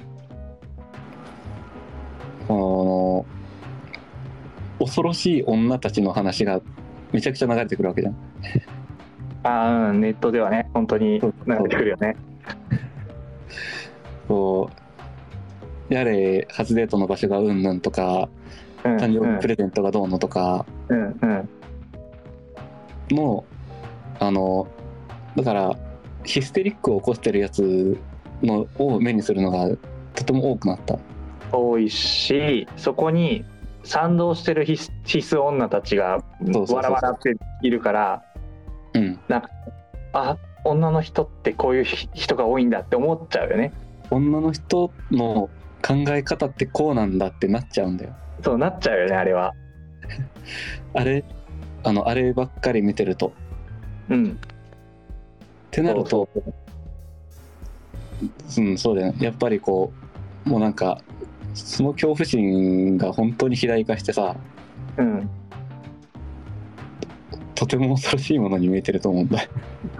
B: この、恐ろしい女たちの話がめちゃくちゃ流れてくるわけじゃん。
A: あーうん、ネットではね本当に
B: そう
A: なってくるよね。
B: こう、やれ、初デートの場所がうんぬんとか、
A: うん
B: 誕生日プ
A: レ
B: レゼントがどうのとか
A: うんうん
B: の、あの、だから、ヒステリックを起こしてるやつのを目にするのがとても多くなった。
A: 多いしそこに賛同してる必須女たちが
B: うそうそう
A: わらわらっているから
B: うん。
A: あ女の人ってこういうひ人が多いんだって思っちゃうよね。
B: 女の人の考え方ってこうなんだってなっちゃうんだよ。
A: そうなっちゃうよねあれは。
B: あれ、あの、あればっかり見てると。っ
A: うん
B: てなると、うん、そうだよね。やっぱりこう、もうなんか、その恐怖心が本当に肥大化してさ、
A: うん
B: とても恐ろしいものに見えてると思うんだ。 (laughs)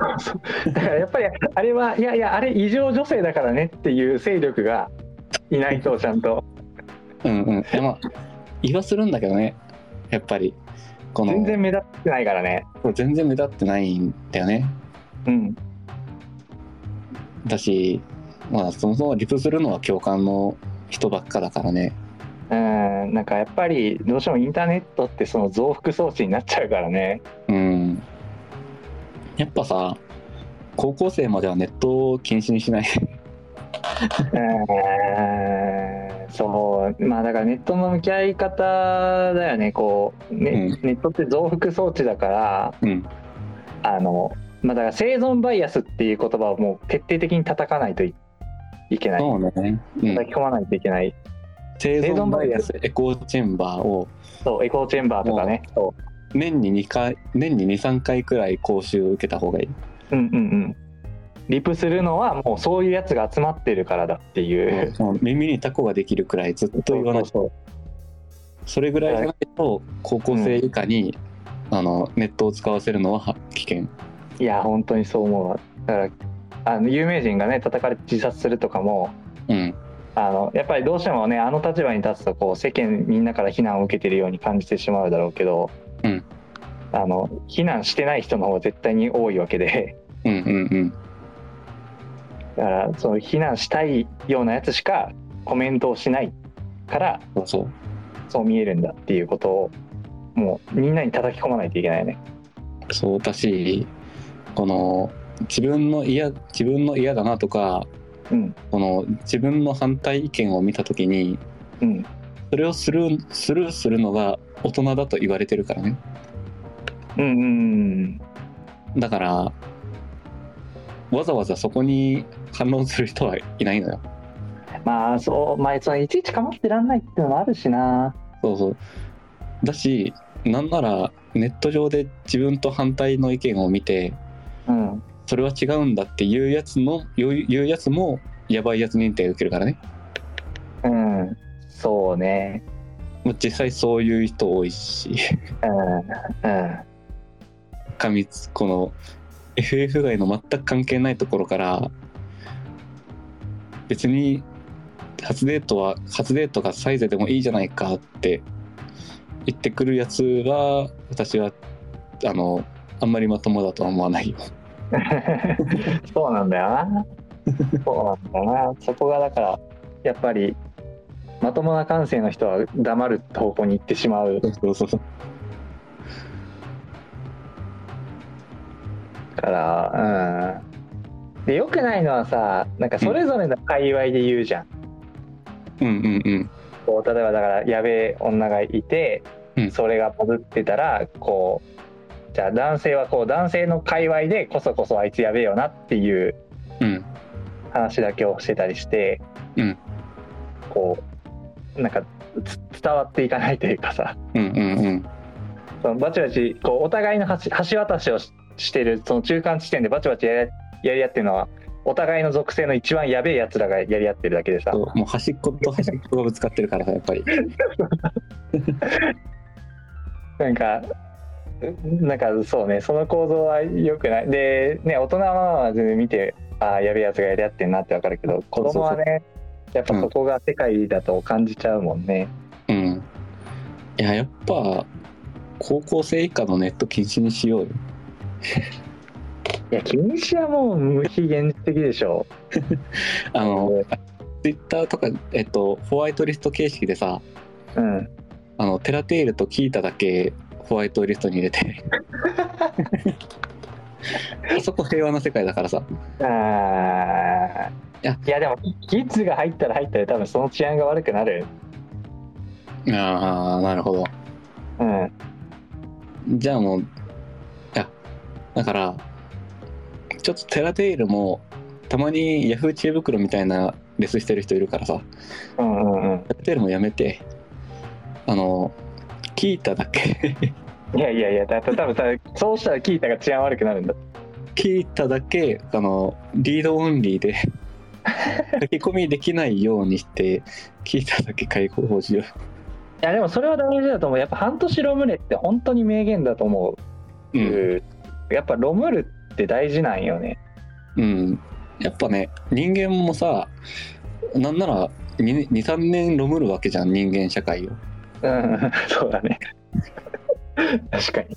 A: だから (laughs) やっぱりあれはいやいやあれ異常女性だからねっていう勢力がいないとちゃんと
B: うんうん。いやまあ、言わするんだけどね、やっぱり。この
A: 全然目立ってないからね
B: 全然目立ってないんだよね。
A: うん
B: だし、まあ、そもそもリプするのは共感の人ばっかだからね。
A: うんなんかやっぱりどうしてもインターネットってその増幅装置になっちゃうからね
B: うん。やっぱさ、高校生まではネットを禁止にしない。 (laughs)
A: うんそうまあだからネットの向き合い方だよねこうね、ネットって増幅装置だから
B: うん。
A: あのまあだから生存バイアスっていう言葉をもう徹底的に叩かないといいけない
B: そうね。うん
A: 叩き込まないといけない
B: 生存
A: 存
B: バ
A: バ
B: イ
A: イ
B: ア
A: ア
B: ス
A: ス、
B: エコーチェンバーを
A: そうエコーチェンバーとかねそ
B: 年に2回、年に2、3回くらい講習を受けた方がいい。
A: ううんうんうんリプするのはもうそういうやつが集まってるからだっていう
B: もう耳にタコができるくらいずっと言わない。
A: そう
B: それぐらいじゃないと、高校生以下に、あの、ネットを使わせるのは危険。
A: そういや本当にそう思うわだからあの有名人がね叩かれて自殺するとかも
B: うん。
A: あのやっぱりどうしてもねあの立場に立つとこう世間みんなから非難を受けてるように感じてしまうだろうけど、
B: うん
A: あの非難してない人の方が絶対に多いわけで
B: うんうんうん。
A: だからその非難したいようなやつしかコメントをしないから
B: そうそう。
A: そう見えるんだっていうことをもうみんなに叩き込まないといけないね。
B: そうだしこの自分の嫌自分の嫌だなとか
A: うん
B: この自分の反対意見を見た時に
A: うん、
B: それをスルースルーするのが大人だと言われてるからね
A: うんうん
B: だからわざわざそこに反論する人はいないのよ
A: まあそうまあそのいちいち構ってらんないっていうのもあるしな
B: そうそうだしなんならネット上で自分と反対の意見を見て
A: うん
B: それは違うんだっていうやつの言う言うやつもやばいやつ認定受けるからね
A: うんそうね
B: まあ実際そういう人多いし
A: うんうん (laughs)
B: 過密この FF 外の全く関係ないところから別に初デートは初デートがサイゼでもいいじゃないかって言ってくるやつは私はあのあんまりまともだとは思わないよ。 (laughs)
A: そうなんだよな。そうなんだよな。そこがだから、やっぱり、まともな感性の人は黙る方向に行ってしまう
B: そうそうそう
A: から、うん。で、良くないのはさ、なんかそれぞれの界隈で言うじゃん。
B: うんうんうん
A: こう例えばだから、やべえ女がいて
B: うん、
A: それがバズってたら、こう、じゃあ男性はこう、男性の界隈でこそこそあいつやべえよなっていう
B: うん
A: 話だけをしてたりして、
B: うん
A: こうなんかつ伝わっていかないというかさ
B: うんうんうん
A: そのバチバチこうお互いの橋橋渡しをししてるその中間地点でバチバチやりやり合ってるのはお互いの属性の一番やべえやつらがやり合ってるだけでさ
B: そうもう端っこと端っこがぶつかってるからさやっぱり
A: なんかなんかそうねその構造は良くないでね大人は全然見てああやべえやつがやり合ってんなってわかるけど子供はねやっぱそこが世界だと感じちゃうもんね、
B: うんいややっぱ高校生以下のネット禁止にしようよ
A: いや禁止はもう無非現実的でしょ
B: あのツイッターとかえっとホワイトリスト形式でさ
A: うん
B: あのテラテイルとキータだけホワイトリストに入れ (laughs) てあそこ平和な世界だからさ
A: あ
B: いや
A: ーいやでもキッズが入ったら入ったら多分その治安が悪くなる
B: ああなるほど
A: うん
B: じゃあもういやだからちょっとテラテイルもたまにヤフー知恵袋みたいなレスしてる人いるからさ
A: うんうんう
B: テラテイルもやめてあのキータだけ
A: んいやいやいやだって多分さそうしたらキータが治安悪くなるんだ
B: キータだけあのリードオンリーで書き込みできないようにしてキータだけ開放しよ
A: いやでもそれは大事だと思うやっぱ半年ロムレって本当に名言だと思う、
B: ううん、
A: やっぱロムルって大事なんよね
B: うん、やっぱね人間もさなんなら23年ロムるわけじゃん人間社会を
A: うん (laughs) そうだね確かに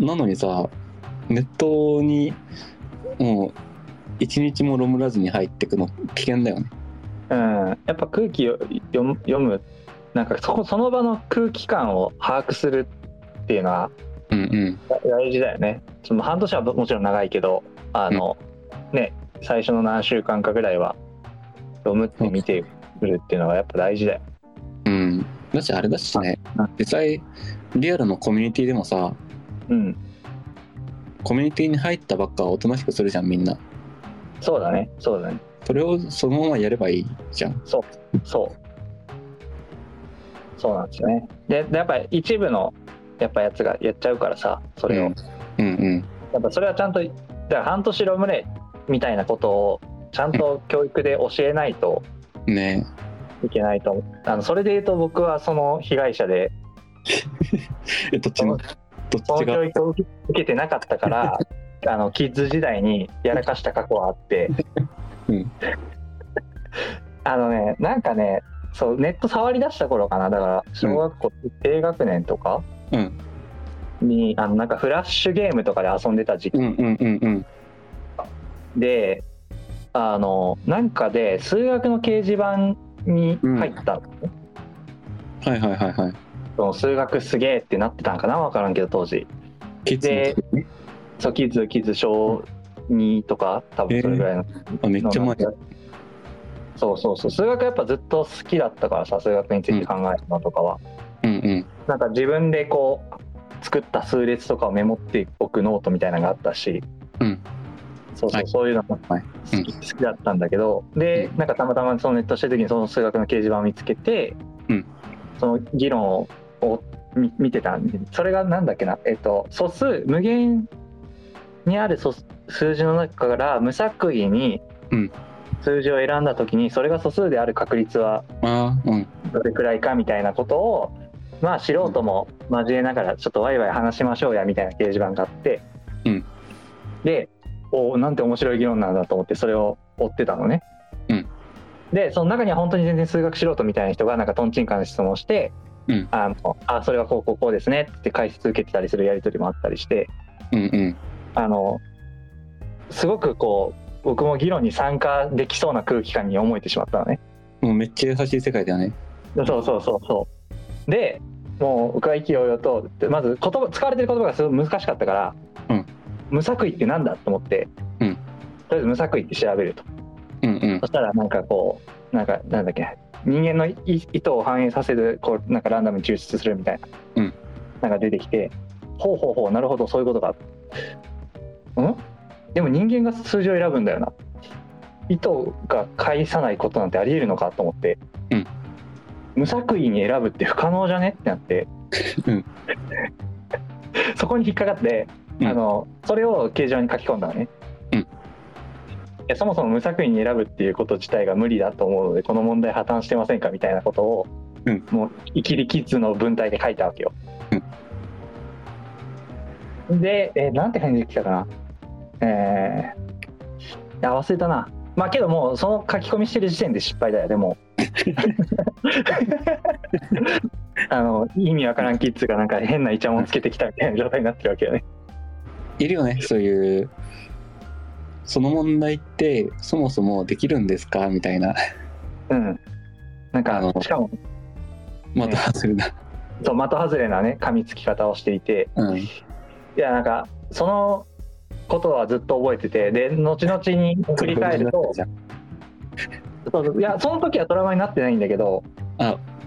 B: なのにさネットにもう一日もロムらずに入ってくの危険だよね。
A: うんやっぱ空気を読む読むなんかそこその場の空気感を把握するっていうのは
B: うん
A: 大事だよねその半年はもちろん長いけどあの、ね最初の何週間かぐらいはロムって見てくるっていうのはやっぱ大事だよ
B: うん。うん。だしあれだしね
A: ああ、
B: 実際リアルのコミュニティでもさ、
A: うん
B: コミュニティに入ったばっかはおとなしくするじゃんみんな。
A: そうだねそうだね
B: それをそのままやればいいじゃん。
A: そう。そうなんですよね。で、でやっぱり一部のやっぱやつがやっちゃうからさ、それを。
B: うんうん
A: やっぱそれはちゃんと、だから半年ロムレみたいなことをちゃんと教育で教えないと
B: うん。ね
A: いけないと思う。あのそれで言うと僕はその被害者で、
B: え。えどっちもどっ
A: その
B: ちが
A: 教育を受け受けてなかったから、あのキッズ時代にやらかした過去はあって。
B: うん
A: あのね、なんかね、そうネット触り出した頃かなだから小学校低学年とか、
B: うん
A: にあのなんかフラッシュゲームとかで遊んでた時期
B: うんうんうんうん。
A: で、あのなんかで数学の掲示板に入ったのね、
B: はいはいはいはい。
A: その数学すげえってなってたんかな分からんけど当時
B: キッズの時ね
A: そうキッズキッズ小2とか多分それぐらいの、
B: あめっちゃ前。
A: そうそうそう数学やっぱずっと好きだったからさ数学について考えるのとかは、
B: うんうん。
A: なんか自分でこう作った数列とかをメモっておくノートみたいなのがあったし、
B: うん
A: そうそう、
B: はい
A: そういうのも好
B: はい
A: き,、
B: うん
A: 好きだったんだけどで、
B: う
A: なんかたまたまそのネットしてる時にその数学の掲示板を見つけて、
B: うん
A: その議論ををみ見てたんでそれがなんだっけな、えっと素数無限にある素数字の中から無作為に
B: うん
A: 数字を選んだ時にそれが素数である確率は
B: ああうん
A: どれくらいかみたいなことをまあ素人も交えながらちょっとワイワイ話しましょうやみたいな掲示板があって、
B: うん
A: でおおなんて面白い議論なんだと思ってそれを追ってたのね。
B: うん
A: でその中には本当に全然数学素人みたいな人がなんかとんちんかんな質問をして「
B: うん
A: あのあそれはこうこうこうですね」って解説受けてたりするやり取りもあったりして
B: うんうん。
A: あのすごくこう僕も議論に参加できそうな空気感に思えてしまったのね。
B: もうめっちゃ優しい世界だよね。
A: そうそうそうそう。で、もう僕は意気揚々と、でまず言葉使われてる言葉がすごい難しかったから、
B: うん
A: 無作為ってなんだと思って、
B: うん
A: とりあえず無作為って調べると。
B: うんうん
A: そしたらなんかこう、なんかなんだっけ、人間の意意図を反映させるこうなんかランダムに抽出するみたいな、
B: うん
A: なんか出てきて、ほうほうほう、なるほど、そういうことか。うんでも人間が数字を選ぶんだよな。意図が返さないことなんてありえるのかと思って、
B: うん
A: 無作為に選ぶって不可能じゃねってなって、
B: うん
A: (laughs) そこに引っかかって、
B: うん
A: あのそれを形状に書き込んだのね、
B: うん
A: いやそもそも無作為に選ぶっていうこと自体が無理だと思うのでこの問題破綻してませんかみたいなことを、
B: うん
A: もう「イキリキッズ」の文体で書いたわけよ、で、えーなんて返事来たかなえー、いや忘れたなまあけどもうその書き込みしてる時点で失敗だよで
B: (laughs)
A: もあの意味わからんキッズがなんか変なイチャモンつけてきたみたいな状態になってるわけよね
B: いるよねそういうその問題ってそもそもできるんですかみたいな
A: うんなん
B: あ
A: か
B: の
A: しかも
B: また外れだ、
A: そう的外れなね噛みつき方をしていて (laughs)
B: うん
A: いやなんかそのことはずっと覚えててで後々に振り
B: (laughs)
A: 返るとそうそういやその時はトラウマになってないんだけど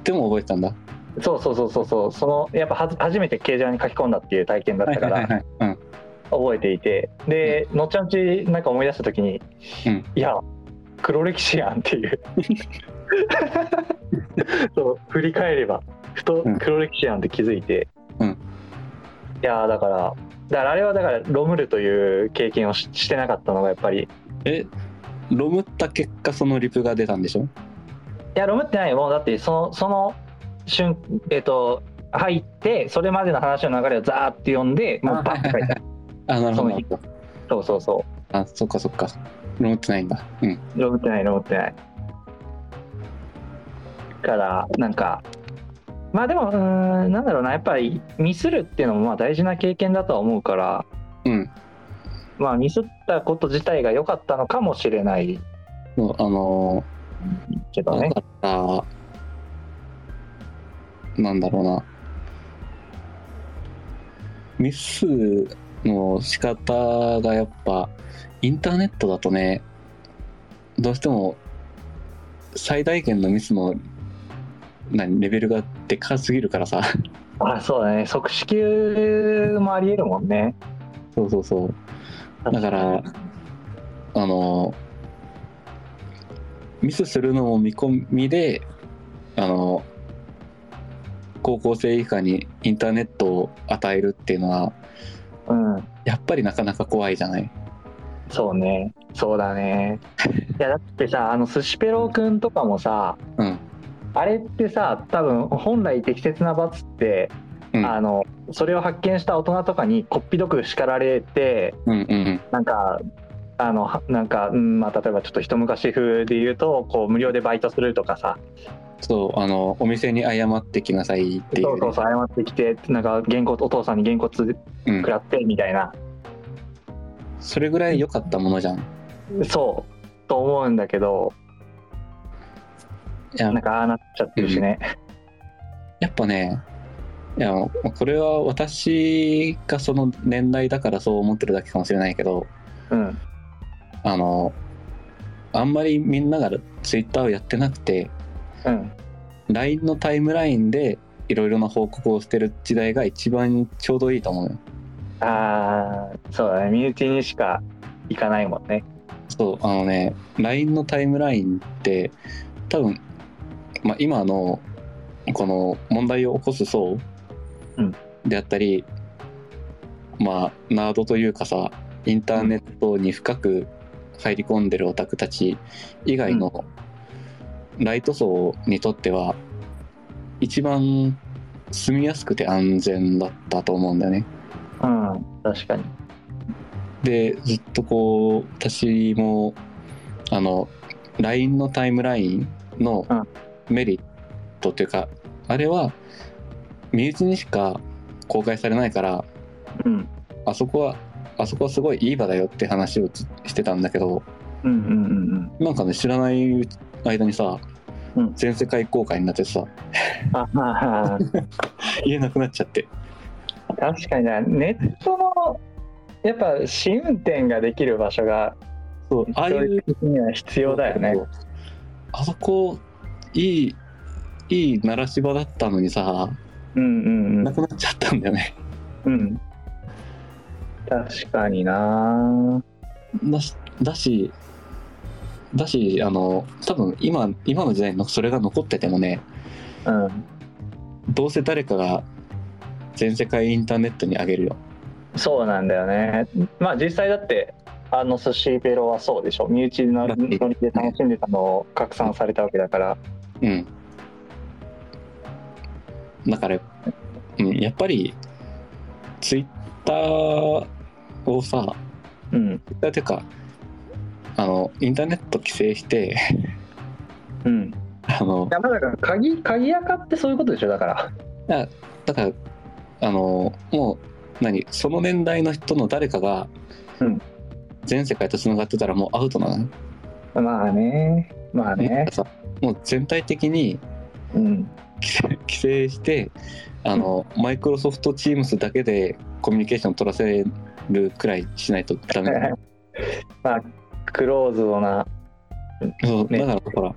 B: でも覚えてたんだ
A: そうそうそうそうそうそのやっぱは初めて掲示板に書き込んだっていう体験だったか
B: は
A: ら
B: いはいはいはい、うん
A: 覚えていてで後々なんか思い出した時に、
B: うん
A: いや黒歴史やんっていう
B: (laughs)
A: そう振り返ればふと
B: うん
A: 黒歴史やんって気づいて、
B: うん
A: いやーだからだからあれはだからロムルという経験をししてなかったのがやっぱりい
B: えロムった結果そのリプが出たんでしょ
A: やロムってないよもうだってそのその瞬えっ、と入ってそれまでの話の流れをザーって読んでもうバッて書い
B: (laughs)
A: た
B: あなるほど
A: その
B: な
A: 日
B: るほど
A: そうそうそう
B: あそっかそっかロムってないんだうん
A: 登ってない登ってないからなんかまあでもうーんなんだろうなやっぱりミスるっていうのもまあ大事な経験だとは思うから
B: うん
A: まあミスったこと自体が良かったのかもしれない
B: そうあのー
A: けどね
B: だから、なんだろうな。ミスの仕方がやっぱ、インターネットだとね、どうしても最大限のミスの何レベルがでかすぎるからさ。 (laughs)
A: あそうだね即死球もありえるもんね
B: そうそうそう。だから、あの、ミスするのも見込みで、あの、高校生以下にインターネットを与えるっていうのは、
A: うん
B: やっぱりなかなか怖いじゃない。
A: そうねそうだねいやだってさあの寿司ペロくんとかもさ
B: うん。
A: あれってさ多分本来適切な罰って
B: うん。
A: あのそれを発見した大人とかにこっぴどく叱られて
B: うんうん
A: なんかあのはなんか、うんまあ、例えばちょっと一昔風で言うとこう無料でバイトするとかさ
B: そう、あの、お店に謝ってきなさいってい
A: そううそうそう謝ってきてなんか原稿お父さんに原稿つ食
B: うん。
A: らってみたいな、
B: それぐらい良かったものじゃん。
A: そうと思うんだけど
B: いや
A: なんかああなっちゃってるしね、
B: やっぱね、いや、もうこれは私がその年代だからそう思ってるだけかもしれないけど、
A: うん、
B: あの、あんまりみんながツイッターをやってなくて、
A: うん、
B: LINE のタイムラインでいろいろな報告をしてる時代が一番ちょうどいいと思うよ。
A: ああそうだね身内にしか行かないもんね
B: そう、あのね、LINE のタイムラインって、多分、まあ、今のこの問題を起こす層
A: うん
B: であったり、まあ、ナードというかさ、インターネットに深く入り込んでるオタクたち以外のライト層にとっては、一番住みやすくて安全だったと思うんだよね。
A: うん確かに
B: でずっとこう私もあの LINE のタイムラインの
A: うん
B: メリットというか、あれは身内にしか公開されないから
A: うん
B: あそこはあそこはすごいいい場だよって話をずしてたんだけど
A: うんうんうんうん
B: なんかね知らない間にさ、
A: うん
B: 全世界公開になってさ
A: ああ
B: 言えなくなっちゃって
A: 確かになネットのやっぱ試運転ができる場所が
B: そうああい
A: 教
B: う
A: 育的には必要だよね。
B: あそこいいいい鳴らし場だったのにさ
A: うんうんう
B: なんくなっちゃったんだよね
A: うん。確かにな。
B: だしだしだしあの多分今今の時代のそれが残っててもね
A: うん
B: どうせ誰かが全世界インターネットに上げるよ。
A: そうなんだよね。まあ実際だってあの寿司ベロはそうでしょ。身内の
B: だって
A: ノリで楽しんでたのを拡散されたわけだから。
B: うん。だから、うん、やっぱり、ツイッターをさ、
A: うん
B: ツイッターっていうか、あの、インターネット規制して、 (laughs)
A: うん。
B: あの、
A: 山田君鍵鍵垢ってそういうことでしょだから。
B: だから、あの、もう、何、その年代の人の誰かが
A: うん、
B: 全世界と繋がってたらもうアウトなのね。
A: まあね。まあね。
B: さもう全体的に
A: うん。
B: 規制規制してあのマイクロソフトチームスだけでコミュニケーション取らせるくらいしないと
A: (laughs)
B: ダメ
A: まあクローズドな。
B: そう
A: ね
B: だからほら